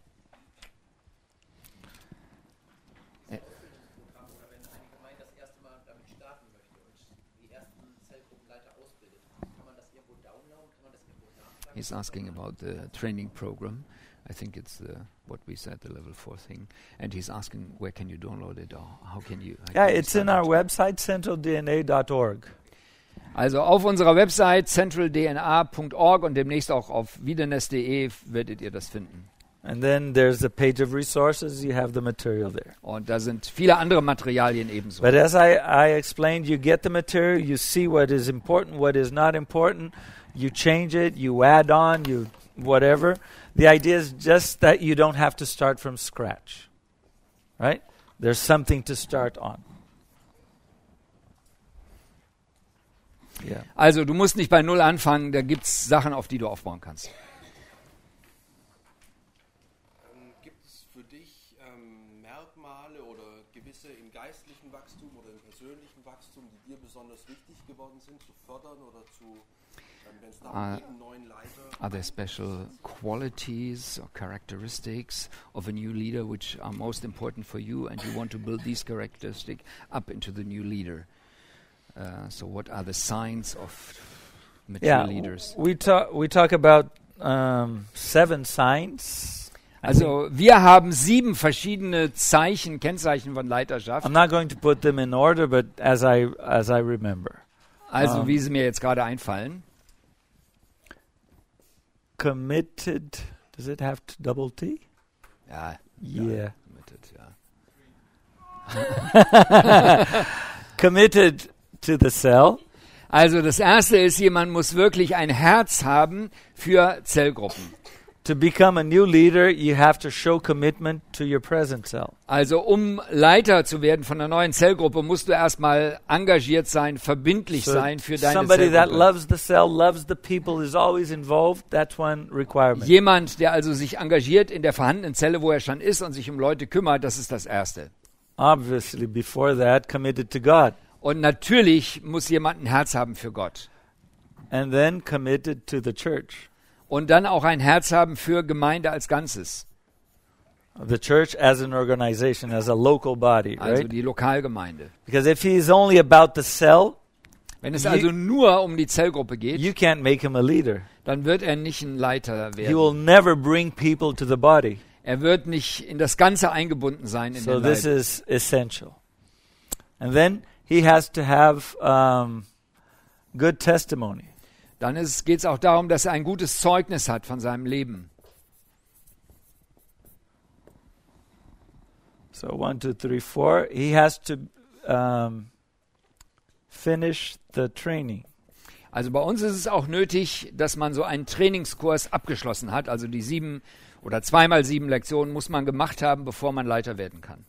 Programm oder wenn eine Gemeinde das erste Mal damit starten möchte und die ersten Zellgruppenleiter ausbildet, kann man das irgendwo downloaden, kann man das irgendwo nachfragen? He's asking about the training program. I think it's the, what we said, the level four thing. And he's asking, where can you download it or how can you? how Yeah, can you it's in our start it? website, centraldna.org. Also auf unserer Website centraldna.org und demnächst auch auf wiedenes.de werdet ihr das finden. And then there's a page of resources. You have the material there. Und da sind viele andere Materialien ebenso. But as I, I explained, you get the material, you see what is important, what is not important, you change it, you add on, you whatever. The idea is just that you don't have to start from scratch. Right? There's something to start on. Yeah. Also du musst nicht bei Null anfangen, da gibt es Sachen, auf die du aufbauen kannst. Ähm, gibt es für dich ähm, Merkmale oder gewisse im geistlichen Wachstum oder im persönlichen Wachstum, die dir besonders wichtig geworden sind, zu fördern oder zu, ähm, wenn es darum Ah. geht, einen neuen Leiter? Are there special qualities or characteristics of a new leader which are most important for you and you want to build these characteristics up into the new leader? Uh, so what are the signs of mature Yeah. leaders? We talk we talk about um, seven signs. I think- Also wir haben sieben verschiedene Zeichen, Kennzeichen von Leiterschaft. I'm not going to put them in order, but as I as I remember. Also Ähm. wie sie mir jetzt gerade einfallen. committed. Does it have to double T? Ja, Yeah. committed, ja. Committed to the cell. Also das erste ist, jemand muss wirklich ein Herz haben für Zellgruppen. To become a new leader, you have to show commitment to your present self. Also um Leiter zu werden von einer neuen Zellgruppe, musst du erstmal engagiert sein, verbindlich So sein für deine somebody that Zellgruppe. loves the cell, loves the people, is always involved. That's one requirement. Jemand, der also sich engagiert in der vorhandenen Zelle, wo er schon ist und sich um Leute kümmert, das ist das Erste. Obviously, before that, committed to God, Und natürlich muss jemand ein Herz haben für Gott. and then committed to the church. Und dann auch ein Herz haben für Gemeinde als Ganzes, The church as an organization, as a local body, also right? die Lokalgemeinde. Because if he is only about the cell, Wenn es Je- also nur um die Zellgruppe you geht, can't make him a leader. dann wird er nicht ein Leiter He will werden. never bring people to the body. Er wird nicht in das Ganze eingebunden sein. In So den this Leib. is essential. And then he has to have um, good testimony. Dann geht es auch darum, dass er ein gutes Zeugnis hat von seinem Leben. So one, two, three, four. He has to um, finish the training. Also bei uns ist es auch nötig, dass man so einen Trainingskurs abgeschlossen hat. Also die sieben oder zweimal sieben Lektionen muss man gemacht haben, bevor man Leiter werden kann.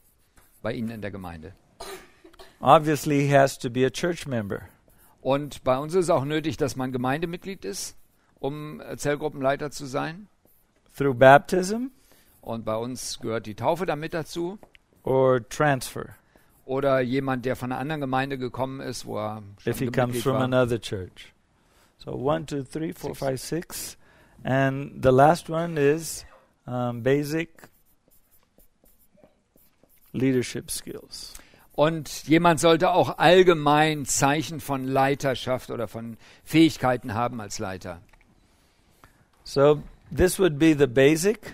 Bei Ihnen in der Gemeinde. Obviously, he has to be a church member. Und bei uns ist es auch nötig, dass man Gemeindemitglied ist, um äh, Zellgruppenleiter zu sein. through baptism Und bei uns gehört die Taufe damit dazu. or transfer Oder jemand, der von einer anderen Gemeinde gekommen ist, wo er schon if he comes Mitglied from war. another church. So one, two, three, four, five, six, and the last one is um, basic leadership skills. Und jemand sollte auch allgemein Zeichen von Leiterschaft oder von Fähigkeiten haben als Leiter. So this would be the basic.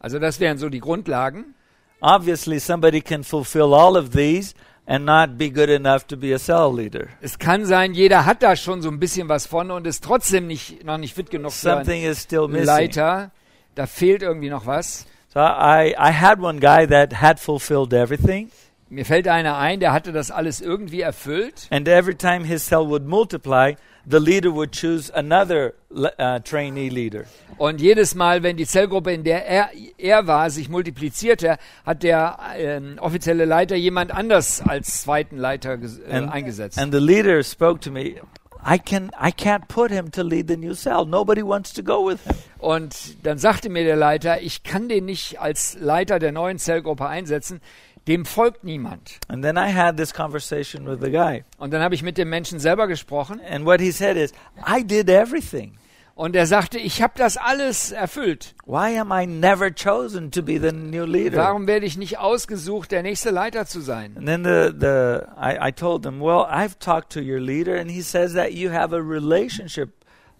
Also das wären so die Grundlagen. Obviously, somebody can fulfill all of these and not be good enough to be a cell leader. Es kann sein, jeder hat da schon so ein bisschen was von und ist trotzdem nicht, noch nicht fit genug für einen Something is still missing. Leiter. Da fehlt irgendwie noch was. So I, I had one guy that had fulfilled everything, Mir fällt einer ein, der hatte das alles irgendwie erfüllt. And every time his cell would multiply, the leader would choose another le- uh, trainee leader. Und jedes Mal, wenn die Zellgruppe, in der er, er war, sich multiplizierte, hat der ähm, offizielle Leiter jemand anders als zweiten Leiter ges- äh, And- eingesetzt. And the leader spoke to me, I, can, I can't put him to lead the new cell. Nobody wants to go with him. Und dann sagte mir der Leiter, ich kann den nicht als Leiter der neuen Zellgruppe einsetzen, dem folgt niemand. And then I had this conversation with the guy. Und dann habe ich mit dem Menschen selber gesprochen And what he said is, I did everything. und er sagte, ich habe das alles erfüllt. Why am I never chosen to be the new leader? Warum werde ich nicht ausgesucht, der nächste Leiter zu sein? And then the, the I, I told him, Well, I've talked to your leader, and he says that you have a relationship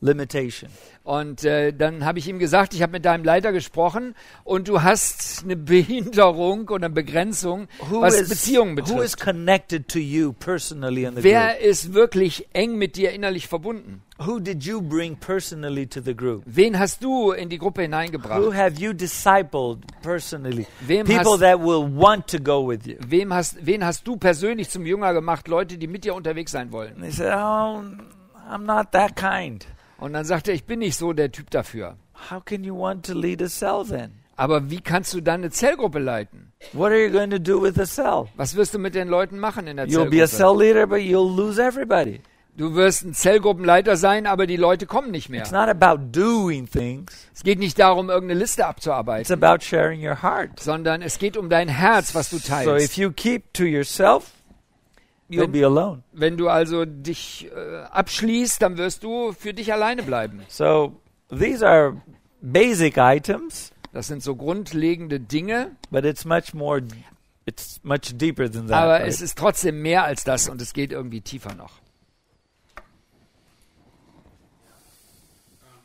limitation. Und äh, dann habe ich ihm gesagt, ich habe mit deinem Leiter gesprochen und du hast eine Behinderung oder eine Begrenzung, who was is- Beziehungen who is betrifft. connected to you personally in the Wer ist wirklich eng mit dir innerlich verbunden? group? Who did you bring personally to the group? Wen hast du in die Gruppe Who hineingebracht? have you discipled personally? Ah. Wem People hast- that will want to go with you. Wem hast, wen hast du persönlich zum Jünger gemacht? Leute, die mit dir unterwegs sein wollen. And they said, "Oh, I'm not that kind. Und dann sagt er, ich bin nicht so der Typ dafür. How can you want to lead a cell then? Aber wie kannst du dann eine Zellgruppe leiten? What are you going to do with a cell? Was wirst du mit den Leuten machen in der You'll be a cell Zellgruppe? leader, but you'll lose everybody. Du wirst ein Zellgruppenleiter sein, aber die Leute kommen nicht mehr. It's not about doing things. Es geht nicht darum, irgendeine Liste It's abzuarbeiten, about sharing your heart. sondern es geht um dein Herz, was du So if teilst. you keep to yourself, you'll Wenn- be alone. Wenn du also dich äh, abschließt, dann wirst du für dich alleine bleiben. So these are basic items, Das sind so grundlegende Dinge, but it's much more, it's much deeper than that. aber right? es ist trotzdem mehr als das und es geht irgendwie tiefer noch. Ähm,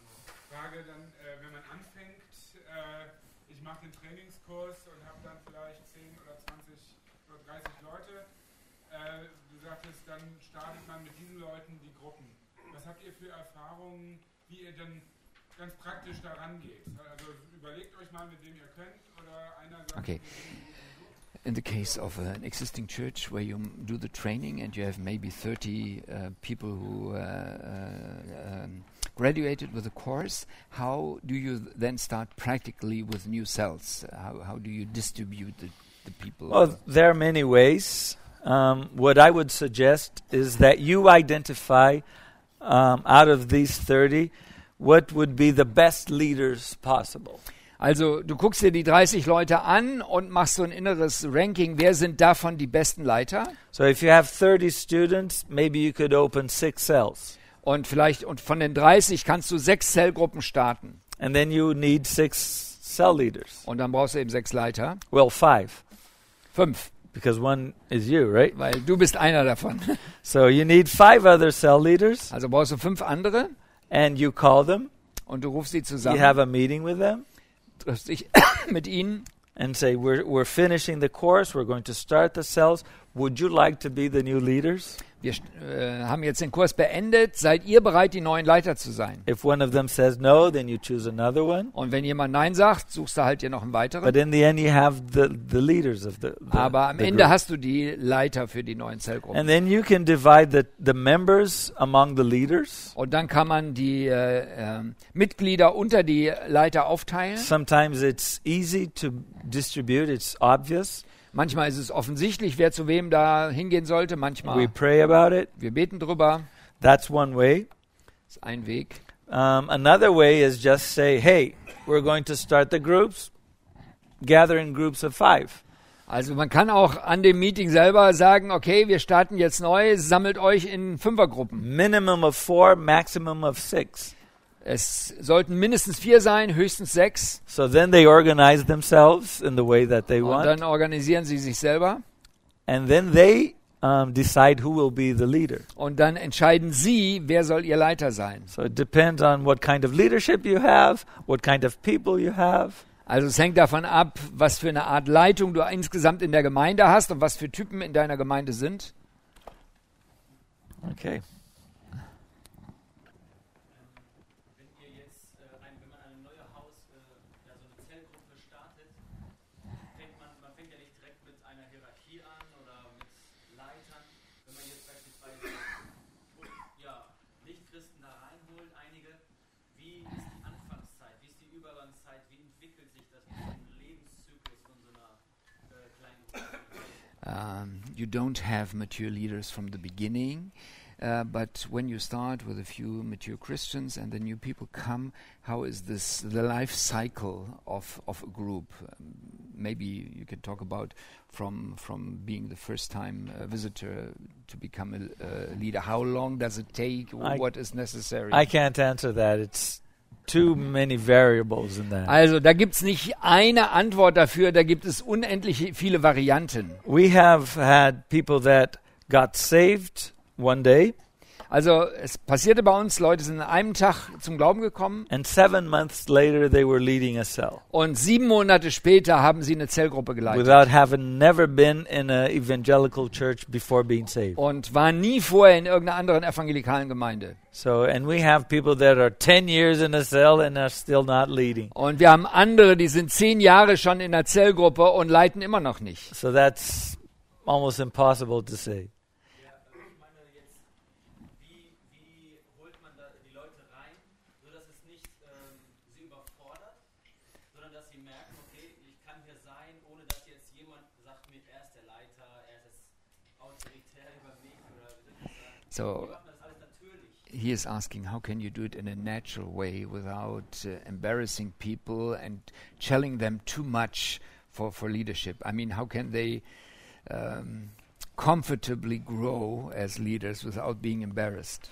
Frage dann, äh, wenn man anfängt, äh, ich mache den Trainingskurs und habe dann vielleicht 10 oder 20 oder 30 Leute. Äh, du sagtest, dann startet man mit diesen Leuten die Gruppen. Was habt ihr für Erfahrungen, wie ihr dann ganz praktisch daran geht? Also überlegt euch mal, mit wem ihr könnt oder einer sagt, Okay. In the case of uh, an existing church where you m- do the training and you have maybe 30 uh, people who uh, uh, um, graduated with a course, how do you th- then start practically with new cells? How, how do you distribute the, the people? Well, there are many ways. Um, what I would suggest is that you identify um, out of these 30 what would be the best leaders possible. Also, du guckst dir die 30 Leute an und machst so ein inneres Ranking. Wer sind davon die besten Leiter? So if you have 30 students, maybe you could open six cells. Und vielleicht, und von den 30 kannst du sechs Zellgruppen starten. And then you need six cell leaders. Und dann brauchst du eben sechs Leiter. Well, five, Fünf, because one is you, right? weil du bist einer davon. (laughs) So you need five other cell leaders Also brauchst du fünf andere and you call them. und du rufst sie You zusammen, have a meeting with them triffst dich (coughs) mit ihnen and say, we're, we're finishing the course. We're going to start the cells. Would you like to be the new leaders? Wir st- äh, haben jetzt den Kurs beendet. Seid ihr bereit, die neuen Leiter zu sein? If one of them says no, then you choose another one. Und wenn jemand Nein sagt, suchst du halt dir noch einen weiteren. But in the end, you have the, the leaders of the, the, Aber am the Ende group. hast du die Leiter für die neuen Zellgruppen. And then you can divide the, the members among the leaders. Und dann kann man die äh, ähm, Mitglieder unter die Leiter aufteilen. Sometimes it's easy to distribute, it's obvious. Manchmal ist es offensichtlich, wer zu wem da hingehen sollte. We Manchmal pray about it. wir beten drüber. That's one way. Ist ein Weg. Um, another way is just say, hey, we're going to start the groups, gather in groups of five. Also man kann auch an dem Meeting selber sagen, okay, wir starten jetzt neu, sammelt euch in Fünfergruppen. Minimum of four, maximum of six. Es sollten mindestens vier sein, höchstens sechs. So then they organize themselves in the way that they Und want. dann organisieren sie sich selber and then they um, decide who will be the leader. und dann entscheiden sie, wer soll ihr Leiter sein. So it depends on what kind of leadership you have, what kind of people you have. Also es hängt davon ab, was für eine Art Leitung du insgesamt in der Gemeinde hast und was für Typen in deiner Gemeinde sind. Okay. Wenn ihr jetzt, äh, ein, wenn man eine neue Haus, äh, ja, so eine Zellgruppe startet, fängt man, man fängt ja nicht direkt mit einer Hierarchie an oder mit Leitern. Wenn man jetzt beispielsweise ja, Nichtchristen da reinholt, einige, wie ist die Anfangszeit, wie ist die Übergangszeit, wie entwickelt sich das mit dem Lebenszyklus von so einer äh, kleinen Gruppe? Um, you don't have mature leaders from the beginning, uh, but when you start with a few mature Christians and the new people come, how is this the life cycle of of a group? Um, maybe you can talk about from from being the first time uh, visitor to become a l- uh, leader. How long does it take? I- what is necessary? I can't answer that. It's too many variables in that. also, da gibt's nicht eine Antwort dafür, da gibt es unendlich viele Varianten. we have had people that got saved one day, Also, es passierte bei uns, Leute sind an einem Tag zum Glauben gekommen and seven months later, they were leading a cell Und sieben Monate später haben sie eine Zellgruppe geleitet without having never been in an evangelical church before being saved. und waren nie vorher in irgendeiner anderen evangelikalen Gemeinde. So, and we have people that are 10 years in a cell and are still not leading. Und wir haben andere, die sind zehn Jahre schon in der Zellgruppe und leiten immer noch nicht. So that's almost impossible to say. Ja, äh, ich meine jetzt, wie, wie holt man da die Leute rein, sodass es nicht ähm, sie überfordert, sondern dass sie merken, okay, ich kann hier sein, ohne dass jetzt jemand sagt mir, er ist der Leiter, er ist jetzt autoritär über mich oder wie soll ich das sagen? So, Wie macht man das alles natürlich? he is asking, how can you do it in a natural way without uh, embarrassing people and telling them too much for, for leadership? I mean, how can they um, comfortably grow as leaders without being embarrassed?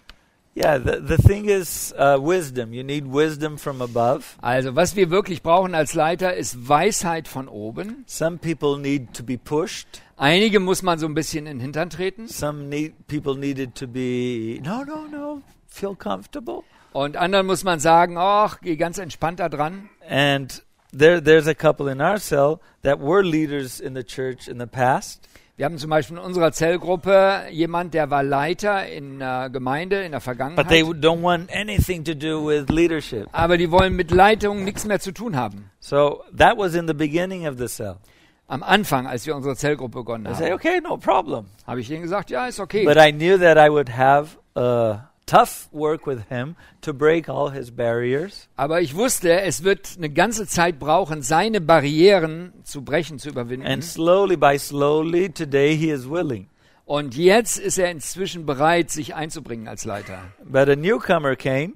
Yeah, the, the thing is uh, wisdom. You need wisdom from above. Also, was wir wirklich brauchen als Leiter ist Weisheit von oben. Some people need to be pushed. Einige muss man so ein bisschen in den Hintern treten Some need, people needed to be, no, no, no, feel comfortable. und anderen muss man sagen, ach, geh ganz entspannt da dran. And there, there's a couple in our cell that were leaders in the church in the past. Wir haben zum Beispiel in unserer Zellgruppe jemand, der war Leiter in einer Gemeinde in der But they Vergangenheit. don't want anything to do with leadership. Aber die wollen mit Leitung nichts mehr zu tun haben. So that was in the beginning of the cell. Am Anfang, als wir unsere Zellgruppe begonnen I say, haben, okay, no problem. habe ich denen gesagt, ja, ist okay. But I knew that I would have a tough work with him to break all his barriers. Aber ich wusste, es wird eine ganze Zeit brauchen, seine Barrieren zu brechen, zu überwinden. And slowly by slowly, today he is willing. Und jetzt ist er inzwischen bereit, sich einzubringen als Leiter. But a newcomer came,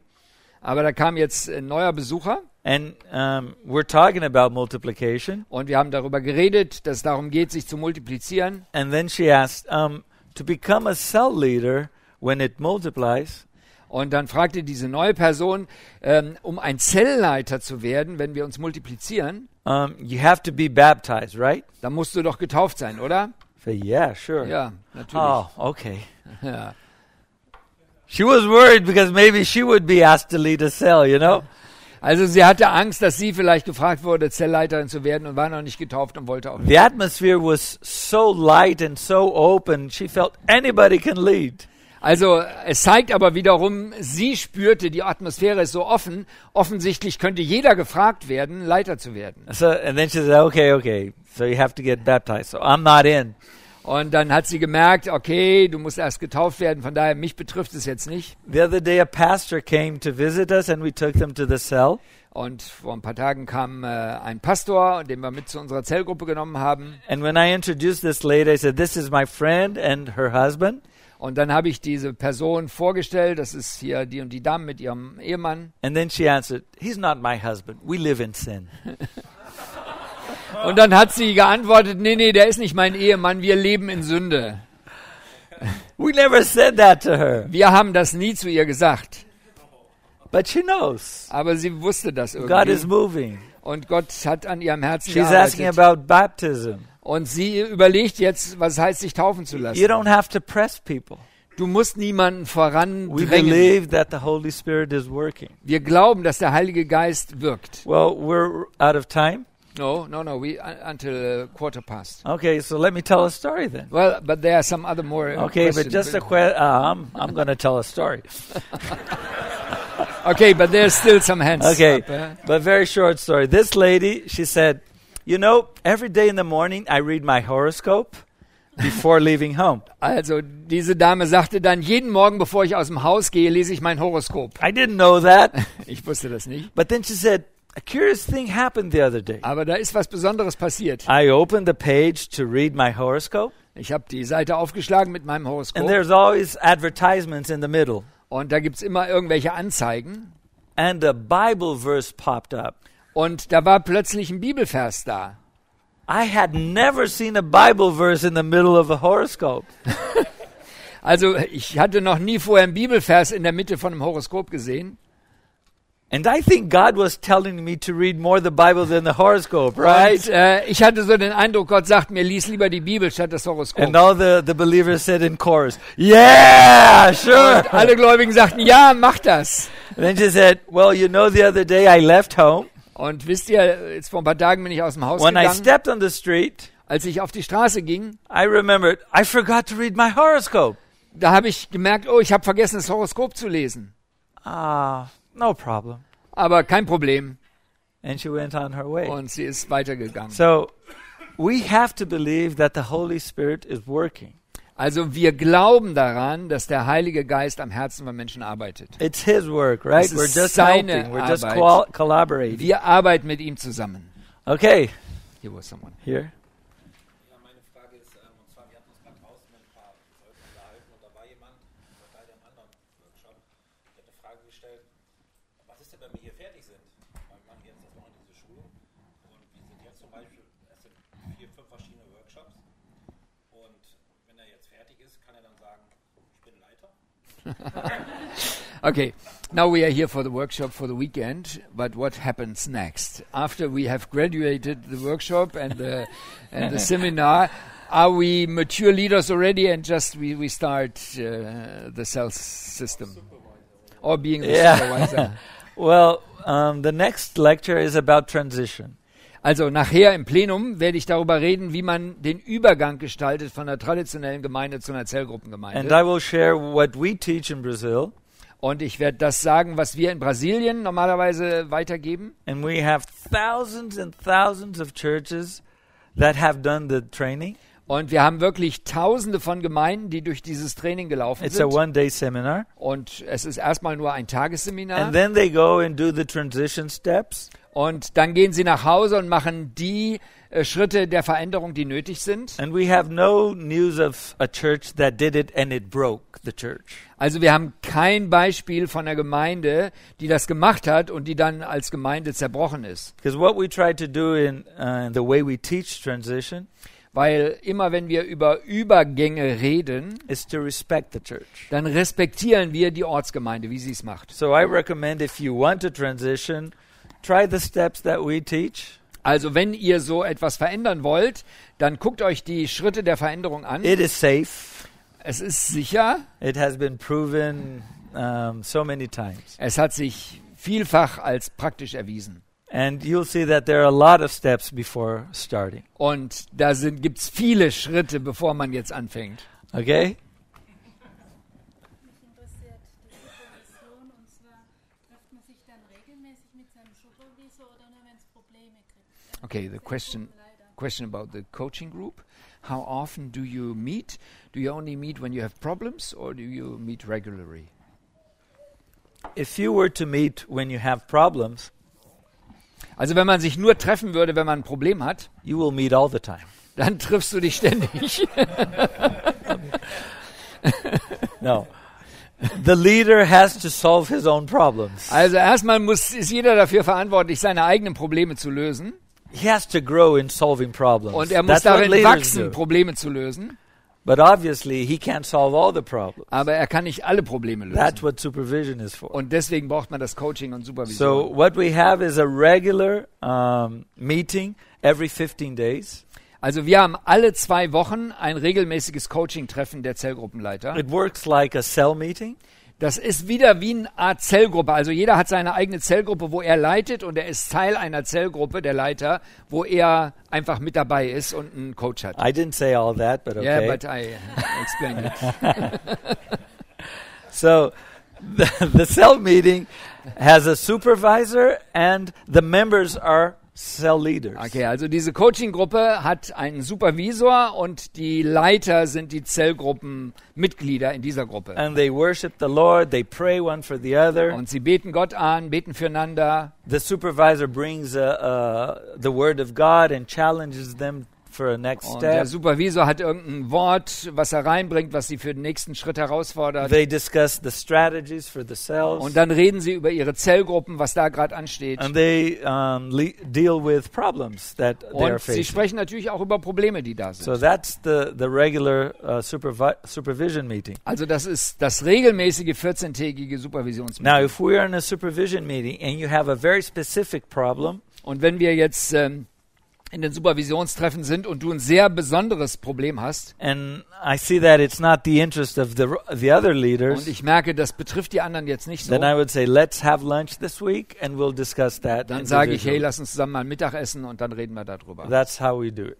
Aber da kam jetzt ein neuer Besucher and um, we're talking about multiplication. und wir haben darüber geredet, dass es darum geht, sich zu multiplizieren. And then she asked, um, to become a cell leader when it multiplies, Und dann fragte diese neue Person, ähm, um ein Zellleiter zu werden, wenn wir uns multiplizieren, um, you have to be baptized, right? dann musst du doch getauft sein, oder? I said, yeah, sure. Ja, natürlich. Oh, okay. Ja. She was worried because maybe she would be asked to lead a cell, you know? Also sie hatte Angst, dass sie vielleicht gefragt wurde, Zellleiterin zu werden und war noch nicht getauft und wollte auch nicht. The atmosphere was so light and so open, she felt anybody can lead. Also es zeigt aber wiederum, sie spürte, die Atmosphäre ist so offen, offensichtlich könnte jeder gefragt werden, Leiter zu werden. So, and then she said, okay, okay, so you have to get baptized. So I'm not in. Und dann hat sie gemerkt, okay, du musst erst getauft werden, von daher mich betrifft es jetzt nicht. The other day, a pastor came to visit us and we took them to the cell. Und vor ein paar Tagen kam äh, ein Pastor, den wir mit zu unserer Zellgruppe genommen haben. And when I introduced this lady, I said, This is my friend and her husband. Und dann habe ich diese Person vorgestellt. Das ist hier die und die Dame mit ihrem Ehemann. And then she answered, He's not my husband. We live in sin. Und dann hat sie geantwortet, nee, nee, der ist nicht mein Ehemann, wir leben in Sünde. We never said that to her. Wir haben das nie zu ihr gesagt. But she knows. Aber sie wusste das God is irgendwie. moving. Und Gott hat an ihrem Herzen She's asking gearbeitet. about baptism. Und sie überlegt jetzt, was heißt, sich taufen zu You lassen. don't have to press people. Du musst niemanden We vorandrängen. believe that the Holy Spirit is working. Wir glauben, dass der Heilige Geist wirkt. Well, we're out of time. No, no, no. We uh, until uh, quarter past. Okay, so let me tell a story then. Well, but there are some other more. uh, Okay, but questions. just a question. Uh, I'm, I'm going to tell a story. Okay, but there's still some (laughs) hands. Okay. up, eh? But very short story. This lady, she said, "You know, every day in the morning I read my horoscope before leaving home. Also diese Dame sagte dann jeden Morgen, bevor ich aus dem Haus gehe, lese ich mein Horoskop. I didn't know that, Ich wusste das nicht. but then she said, "A curious thing happened the other day. Aber da ist was Besonderes passiert. I opened the page to read my horoscope, Ich habe die Seite aufgeschlagen mit meinem and Horoskop there's always advertisements in the middle, und da gibt's immer irgendwelche Anzeigen and a Bible verse popped up. und da war plötzlich ein Bibelvers da. I had never seen a Bible verse in the middle of a horoscope. Also ich hatte noch nie vorher einen Bibelvers in der Mitte von einem Horoskop gesehen. And I think God was telling me to read more the Bible than the horoscope, right? Und, äh, ich hatte so den Eindruck, Gott sagt mir, lies lieber die Bibel statt das Horoskop. And all the, the believers said in chorus, Yeah, sure. Und alle Gläubigen sagten, ja, mach das. And then she said, Well, you know, the other day I left home. Und wisst ihr, jetzt vor ein paar Tagen bin ich aus dem Haus When I gegangen. stepped on the street, Als ich auf die Straße ging, I remembered I forgot to read my horoscope. da habe ich gemerkt, oh, ich habe vergessen, das Horoskop zu lesen. Ah, no problem. Aber kein Problem. And she went on her way. Und sie ist weitergegangen. So we have to believe that the Holy Spirit is working. Also wir glauben daran, dass der Heilige Geist am Herzen von Menschen arbeitet. It's His work, right? Es We're ist just seine helping. We're just Arbeit. qual- collaborating. Wir arbeiten mit ihm zusammen. Okay, Here was someone. here. Ja, meine Frage ist, ähm, und zwar, wir hatten uns gerade draußen mit ein paar Leuten unterhalten und da war jemand war bei dem anderen Workshop, der hat eine Frage gestellt, was ist denn, wenn wir hier fertig sind? Weil wir machen jetzt das Wochenende diese Schulung und wir sind jetzt zum Beispiel, es sind vier, fünf verschiedene Workshops und wenn er jetzt fertig ist, kann er dann sagen, ich bin Leiter. Okay, now we are here for the workshop for the weekend, but what happens next? After we have graduated the workshop and (laughs) the, and the seminar, are we mature leaders already and just we, we start uh, the sales system? Or being the Yeah. supervisor. (laughs) Well, um, the next lecture is about transition. Also nachher im Plenum werde ich darüber reden, wie man den Übergang gestaltet von einer traditionellen Gemeinde zu einer And Zellgruppengemeinde. I will share what we teach in Brazil. Und ich werde das sagen, was wir in Brasilien normalerweise weitergeben. And we have thousands and thousands of churches that have done the training. Und wir haben wirklich Tausende von Gemeinden, die durch dieses Training gelaufen It's a sind. one day seminar. Und es ist erstmal nur ein Tagesseminar. And then they go and do the transition steps. Und dann gehen sie nach Hause und machen die äh, Schritte der Veränderung, die nötig sind. And we have no news of a church that did it and it broke the church. Also wir haben kein Beispiel von einer Gemeinde, die das gemacht hat und die dann als Gemeinde zerbrochen ist. Because what we try to do in uh, the way we teach transition Weil immer wenn wir über Übergänge reden, is to respect the church. dann respektieren wir die Ortsgemeinde, wie sie es macht. So I recommend if you want to transition, try the steps that we teach. Also wenn ihr so etwas verändern wollt, dann guckt euch die Schritte der Veränderung an. It is safe. es ist sicher, It has been proven um, so many times. es hat sich vielfach als praktisch erwiesen. And you'll see that there are a lot of steps before starting. Und da gibt es viele Schritte, bevor man jetzt anfängt. Okay? Mich interessiert die Supervision und zwar trifft man sich dann regelmäßig mit seinem Supervisor oder nur wenn es Probleme gibt. Okay, the question, Leider. question about the coaching group. How often do you meet? Do you only meet when you have problems or do you meet regularly? If you were to meet when you have problems, Also wenn man sich nur treffen würde, wenn man ein Problem hat, you will meet all the time. dann triffst du (laughs) dich ständig. No. (laughs) the leader has to solve his own problems. Also erstmal muss, ist jeder dafür verantwortlich, seine eigenen Probleme zu lösen. He has to grow in solving problems. Und er muss That's what darin leaders wachsen, do. Probleme zu lösen. But obviously, he can't solve all the problems. Aber er kann nicht alle Probleme That's lösen. what supervision is for. Und deswegen braucht man das Coaching und Supervision. So what we have is a regular um, meeting every 15 days. Also wir haben alle zwei Wochen ein regelmäßiges Coaching-Treffen der Zellgruppenleiter. It works like a cell meeting, Das ist wieder wie eine Art Zellgruppe. Also jeder hat seine eigene Zellgruppe, wo er leitet und er ist Teil einer Zellgruppe, der Leiter, wo er einfach mit dabei ist und einen Coach hat. I didn't say all that, but okay. Yeah, but uh, I explained it. so the, (laughs) the cell meeting has a supervisor, and the members are cell leaders. Okay, also diese Coaching-Gruppe hat einen Supervisor und die Leiter sind die Zellgruppenmitglieder in dieser Gruppe. And they worship the Lord. They pray one for the other. Und sie beten Gott an, beten füreinander. the supervisor brings uh, uh, the word of God and challenges them for a next Und der step. Supervisor hat irgendein Wort, was er reinbringt, was sie für den nächsten Schritt herausfordert. They discuss the strategies for the cells, Und dann reden sie über ihre Zellgruppen, was da gerade ansteht. and they um, le- deal with problems that they are Und sie facing. sprechen natürlich auch über Probleme, die da So sind. that's the the regular uh, supervi- supervision meeting. Also das ist das regelmäßige 14-tägige Supervisionsmeeting. Now, if we are in a supervision meeting and you have a very specific problem, Und wenn wir jetzt ähm, in den Supervisionstreffen sind und du ein sehr besonderes Problem hast and I see that it's not the interest of the r- the other und leaders, ich merke, das betrifft die anderen jetzt nicht so, then I would say let's have lunch this week and we'll discuss that. dann sage ich, hey, individually." lass uns zusammen mal Mittag essen und dann reden wir darüber. That's how we do it.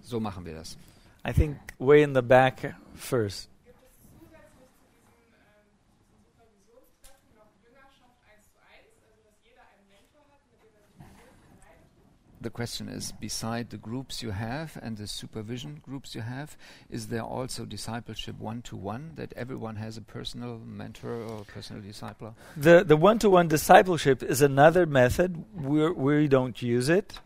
So machen wir das. I think way in the back first. Gibt es zusätzlich zu diesem ähm, diesem Supervisionstreffen noch Jüngerschaft eins zu eins, also dass jeder einen Mentor hat, mit dem er sich bewirbt und leitet? The question is, beside the groups you have and the supervision groups you have, is there also discipleship one-to-one, that everyone has a personal mentor or personal discipler? The the one to one discipleship is another method. We're, we don't use it.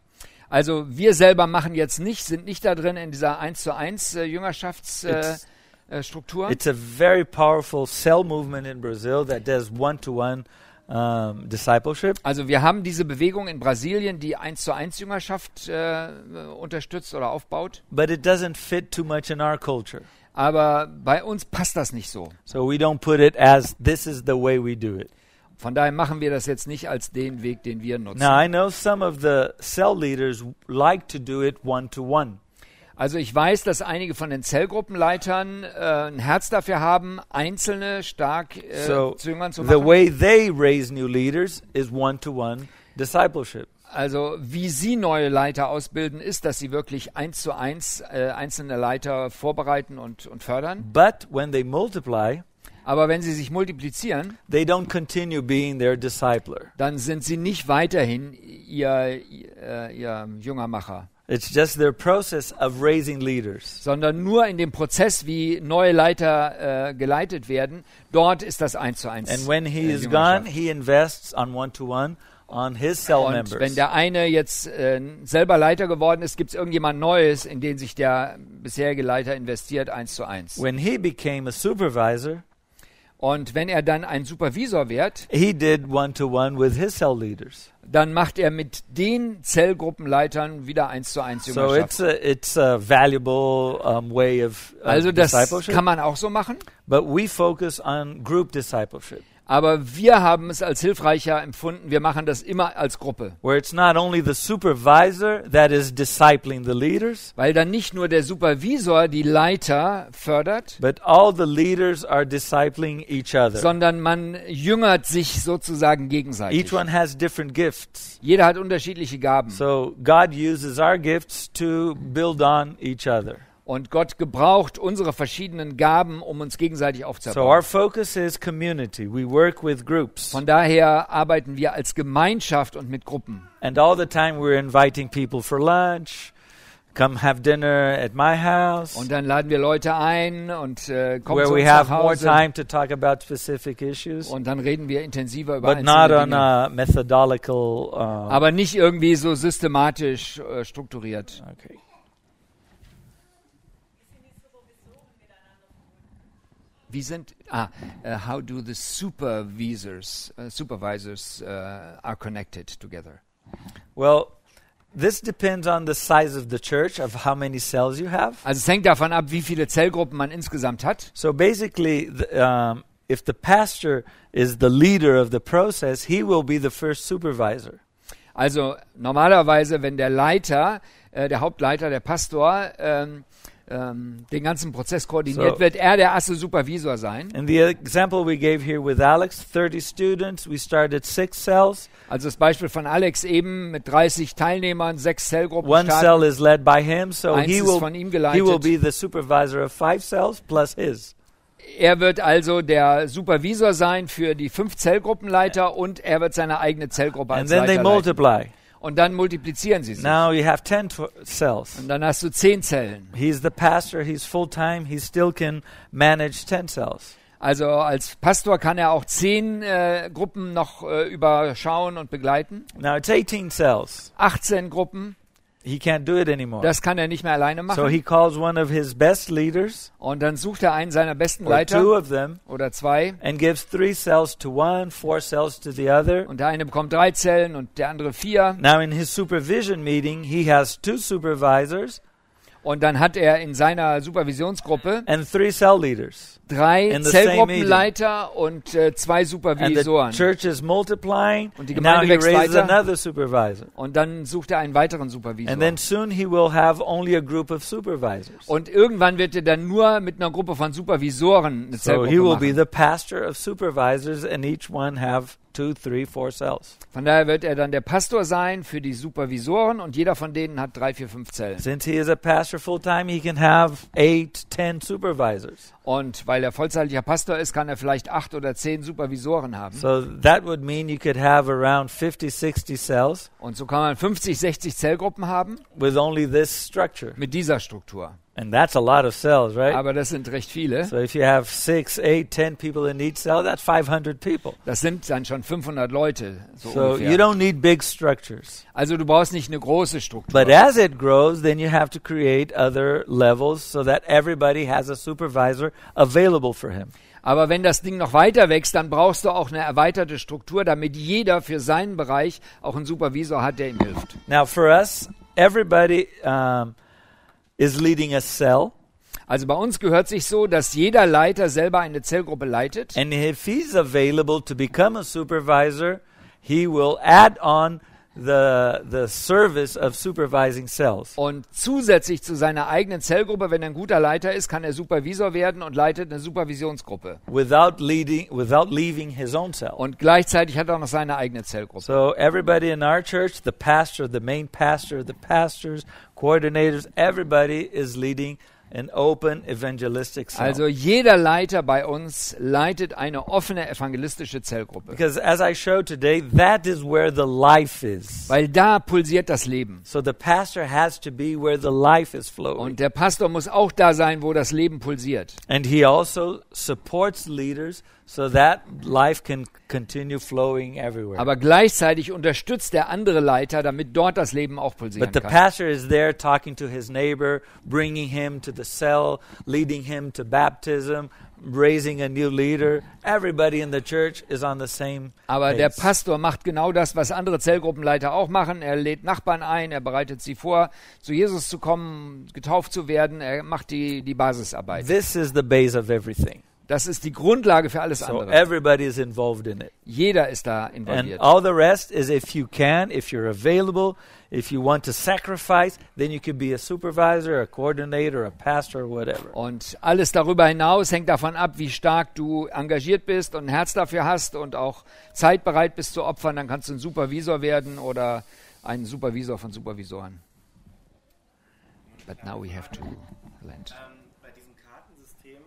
Also wir selber machen jetzt nicht, sind nicht da drin in dieser 1 zu 1 äh, Jüngerschaftsstruktur. It's, Äh, äh, Struktur. it's a very powerful cell movement in Brazil that does one to one um discipleship. also wir haben diese Bewegung in Brasilien, die 1 zu 1 Jüngerschaft äh, äh, unterstützt oder aufbaut. But it doesn't fit too much in our culture. Aber bei uns passt das nicht so. So we don't put it as this is the way we do it. Von daher machen wir das jetzt nicht als den Weg, den wir nutzen. Now I know some of the cell leaders like to do it one to one. Also ich weiß, dass einige von den Zellgruppenleitern äh, ein Herz dafür haben, Einzelne stark äh, So zu Jüngern zu the machen. way they raise new leaders is one to one discipleship. Also wie sie neue Leiter ausbilden, ist, dass sie wirklich eins zu eins äh, einzelne Leiter vorbereiten und, und fördern. But when they multiply, Aber wenn sie sich multiplizieren, they don't continue being their discipler. dann sind sie nicht weiterhin ihr, ihr, ihr äh, Jüngermacher. It's just their process of raising leaders. sondern nur in dem Prozess, wie neue Leiter äh, geleitet werden. Dort ist das eins zu eins. And when he äh, is Jüngerschaft. gone, he invests on one to one on his cell Und wenn members. der eine jetzt äh, selber Leiter geworden ist, gibt es irgendjemand Neues, in den sich der bisherige Leiter investiert, eins zu eins. When he became a supervisor, Und wenn er dann ein Supervisor wird, he did one to one with his cell leaders. dann macht er mit den Zellgruppenleitern wieder eins zu eins So it's Jüngerschaft. uh, a, it's a valuable um, way of, of also das discipleship. kann man auch so machen, But we focus on group discipleship, aber wir haben es als hilfreicher empfunden. Wir machen das immer als Gruppe. where it's not only the supervisor that is discipling the leaders, Weil dann nicht nur der Supervisor die Leiter fördert, but all the leaders are discipling each other. sondern man jüngert sich sozusagen gegenseitig. Each one has different gifts. Jeder hat unterschiedliche Gaben. So God uses our gifts to build on each other. Und Gott gebraucht unsere verschiedenen Gaben, um uns gegenseitig So our aufzubauen. focus is community. We work with groups. Von daher arbeiten wir als Gemeinschaft und mit Gruppen. And all the time we're inviting people for lunch, come have dinner at my house. Und dann laden wir Leute ein und äh, kommen where zu we uns have nach more Hause. time to talk about specific issues, Und dann reden wir intensiver über but not einzelne on uh, Dinge. a methodological. Uh, Aber nicht irgendwie so systematisch äh, strukturiert. okay. Wie sind ah äh, how do the supervisors äh, supervisors äh, are connected together? Well, this depends on the size of the church, of how many cells you have. Also es hängt davon ab, wie viele Zellgruppen man insgesamt hat. So basically, the, um, if the pastor is the leader of the process, he will be the first supervisor. Also normalerweise, wenn der Leiter, äh, der Hauptleiter, der Pastor ähm, ähm, den ganzen Prozess koordiniert, So. wird er der erste Supervisor sein. In the example we gave here with Alex, 30 students, we started six cells. Also das Beispiel von Alex eben mit 30 Teilnehmern, sechs Zellgruppen One starten. cell is led by him, so Eins he ist will von ihm he will geleitet. be the supervisor of five cells plus his. Er wird also der Supervisor sein für die fünf Zellgruppenleiter und er wird seine eigene Zellgruppe and als then they Leiter leiten. multiply. Und dann multiplizieren sie sich. Now you have 10 tw- cells. Und dann hast du zehn Zellen. He's the pastor, he's full time, he still can manage 10 cells. Also als Pastor kann er auch zehn äh, Gruppen noch äh, überschauen und begleiten. Now it's 18 cells. 18 Gruppen. He can't do it anymore. Das kann er nicht mehr alleine machen. so he calls one of his best leaders, und dann sucht er einen seiner besten or two Leiter of them, oder zwei. and gives three cells to one, four cells to the other. Und der eine bekommt drei Zellen und der andere vier. Now in his supervision meeting, he has two supervisors Und dann hat er in seiner Supervisionsgruppe and three cell leaders. drei In the same Zellgruppenleiter und äh, zwei And the Supervisoren. church is multiplying. Und die and now he Gemeinde wächst raises weiter. another supervisor. Und dann sucht er einen weiteren Supervisor. And then soon he will have only a group of supervisors. und irgendwann wird er dann nur mit einer Gruppe von Supervisoren eine So Zellgruppe he will be machen. the pastor of supervisors, and each one have two, three, four cells. Von daher wird er dann der Pastor sein für die Supervisoren und jeder von denen hat drei, vier, fünf Zellen. Since he is a pastor full time, he can have eight, ten supervisors. Und weil er vollzeitlicher Pastor ist, kann er vielleicht acht oder zehn Supervisoren haben. So that would mean you could have around 50, 60 cells Und so kann man 50, 60 Zellgruppen haben with only this structure. mit dieser Struktur. And that's a lot of cells, right? Aber das sind recht viele. So if you have six, eight, ten people in each cell, that's 500 people. Das sind dann schon 500 Leute. So So you ungefähr. don't need big structures. Also du brauchst nicht eine große Struktur. But as it grows, then you have to create other levels so that everybody has a supervisor available for him. Aber wenn das Ding noch weiter wächst, dann brauchst du auch eine erweiterte Struktur, damit jeder für seinen Bereich auch einen Supervisor hat, der ihm hilft. Now, for us, everybody um, is leading a cell, Also bei uns gehört sich so, dass jeder Leiter selber eine Zellgruppe leitet. and if he's available to become a supervisor, he will add on the the service of supervising cells. Und zusätzlich zu seiner eigenen Zellgruppe, wenn er ein guter Leiter ist, kann er Supervisor werden und leitet eine Supervisionsgruppe. without leading without leaving his own cell. Und gleichzeitig hat er noch seine eigene Zellgruppe. So everybody in our church, the pastor, the main pastor, the pastors, coordinators, everybody is leading an open evangelistic cell. Also jeder Leiter bei uns leitet eine offene evangelistische Zellgruppe, because as I showed today, that is where the life is. weil da pulsiert das Leben. So the pastor has to be where the life is flowing. Und der Pastor muss auch da sein, wo das Leben pulsiert. And he also supports leaders so that life can continue flowing everywhere. Aber gleichzeitig unterstützt der andere Leiter, damit dort das Leben auch pulsieren But the kann. pastor is there talking to his neighbor, bringing him to the cell, leading him to baptism, raising a new leader. Everybody in the church is on the same Aber der page. Pastor macht genau das, was andere Zellgruppenleiter auch machen. Er lädt Nachbarn ein, er bereitet sie vor, zu Jesus zu kommen, getauft zu werden. Er macht die, die Basisarbeit. This is the base of everything. Das ist die Grundlage für alles So andere. everybody is involved in it. Jeder ist da And involviert. all the rest is if you can, if you're available, if you want to sacrifice, then you could be a supervisor, a coordinator, a pastor, or whatever. Und alles darüber hinaus hängt davon ab, wie stark du engagiert bist und ein Herz dafür hast und auch zeitbereit bist zu opfern. Dann kannst du ein Supervisor werden oder ein Supervisor von Supervisoren. But now we have to land. Ähm, bei diesem Kartensystem,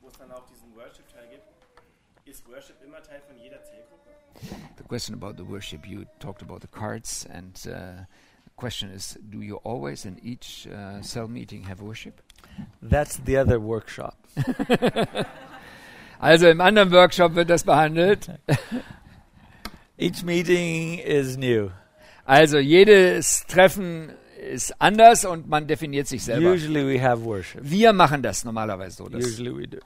wo es dann auch diesen Worship-Teil gibt, ist Worship immer Teil von jeder Zellgruppe? The question about the worship, you talked about the cards and uh, the question is, do you always in each uh, cell meeting have worship? That's the other workshop. Also im anderen Workshop wird das behandelt. Each meeting is new. Also jedes Treffen ist anders und man definiert sich selber. Usually we have worship. Wir machen das normalerweise so. Das Usually we do.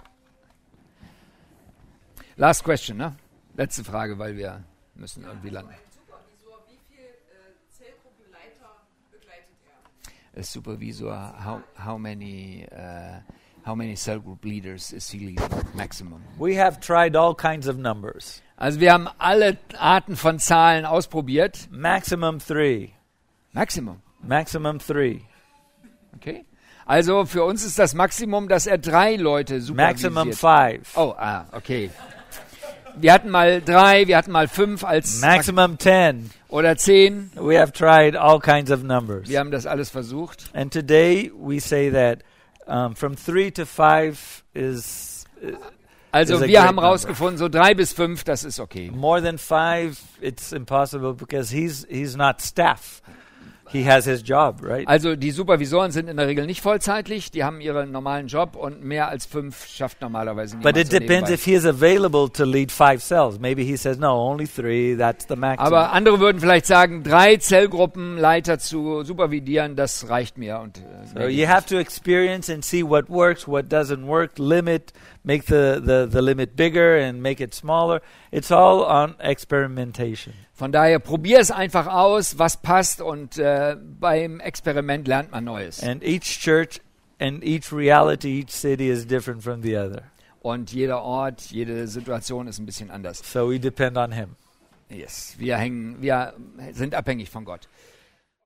Last question, ne? Letzte Frage, weil wir müssen irgendwie landen. Supervisor, wie viel äh, Zellgruppenleiter begleitet er? A supervisor, how, how many uh, how many cell group leaders is he leading maximum? We have tried all kinds of numbers. Also wir haben alle Arten von Zahlen ausprobiert. Maximum three. Maximum, Maximum three. okay? Also für uns ist das Maximum, dass er drei Leute Maximum supervisiert. five. Oh, ah, okay. Wir hatten mal drei, wir hatten mal fünf als Maximum ten. oder zehn. We have tried all kinds of numbers. Wir haben das alles versucht. And today we say that um, from three to five is uh, Also Is a wir great haben number. rausgefunden, so drei bis fünf, das ist okay. more than five. It's impossible because he's he's not staff. He has his job, right? Also die Supervisoren sind in der Regel nicht vollzeitlich, die haben ihren normalen Job und mehr als fünf schafft normalerweise niemand. But it so depends nebenbei. if he is available to lead five cells. Maybe he says no, only three. That's the maximum. Aber andere würden vielleicht sagen, drei Zellgruppenleiter zu supervidieren, das reicht mir. Und, äh, So mehr you nicht. have to experience and see what works, what doesn't work, limit, make the, the, the limit bigger and make it smaller. It's all on experimentation. Von daher probier es einfach aus, was passt und äh, beim Experiment lernt man Neues. And each church and each reality, each city is different from the other. Und jeder Ort, jede Situation ist ein bisschen anders. So we depend on Him. Yes. Wir hängen, wir sind abhängig von Gott.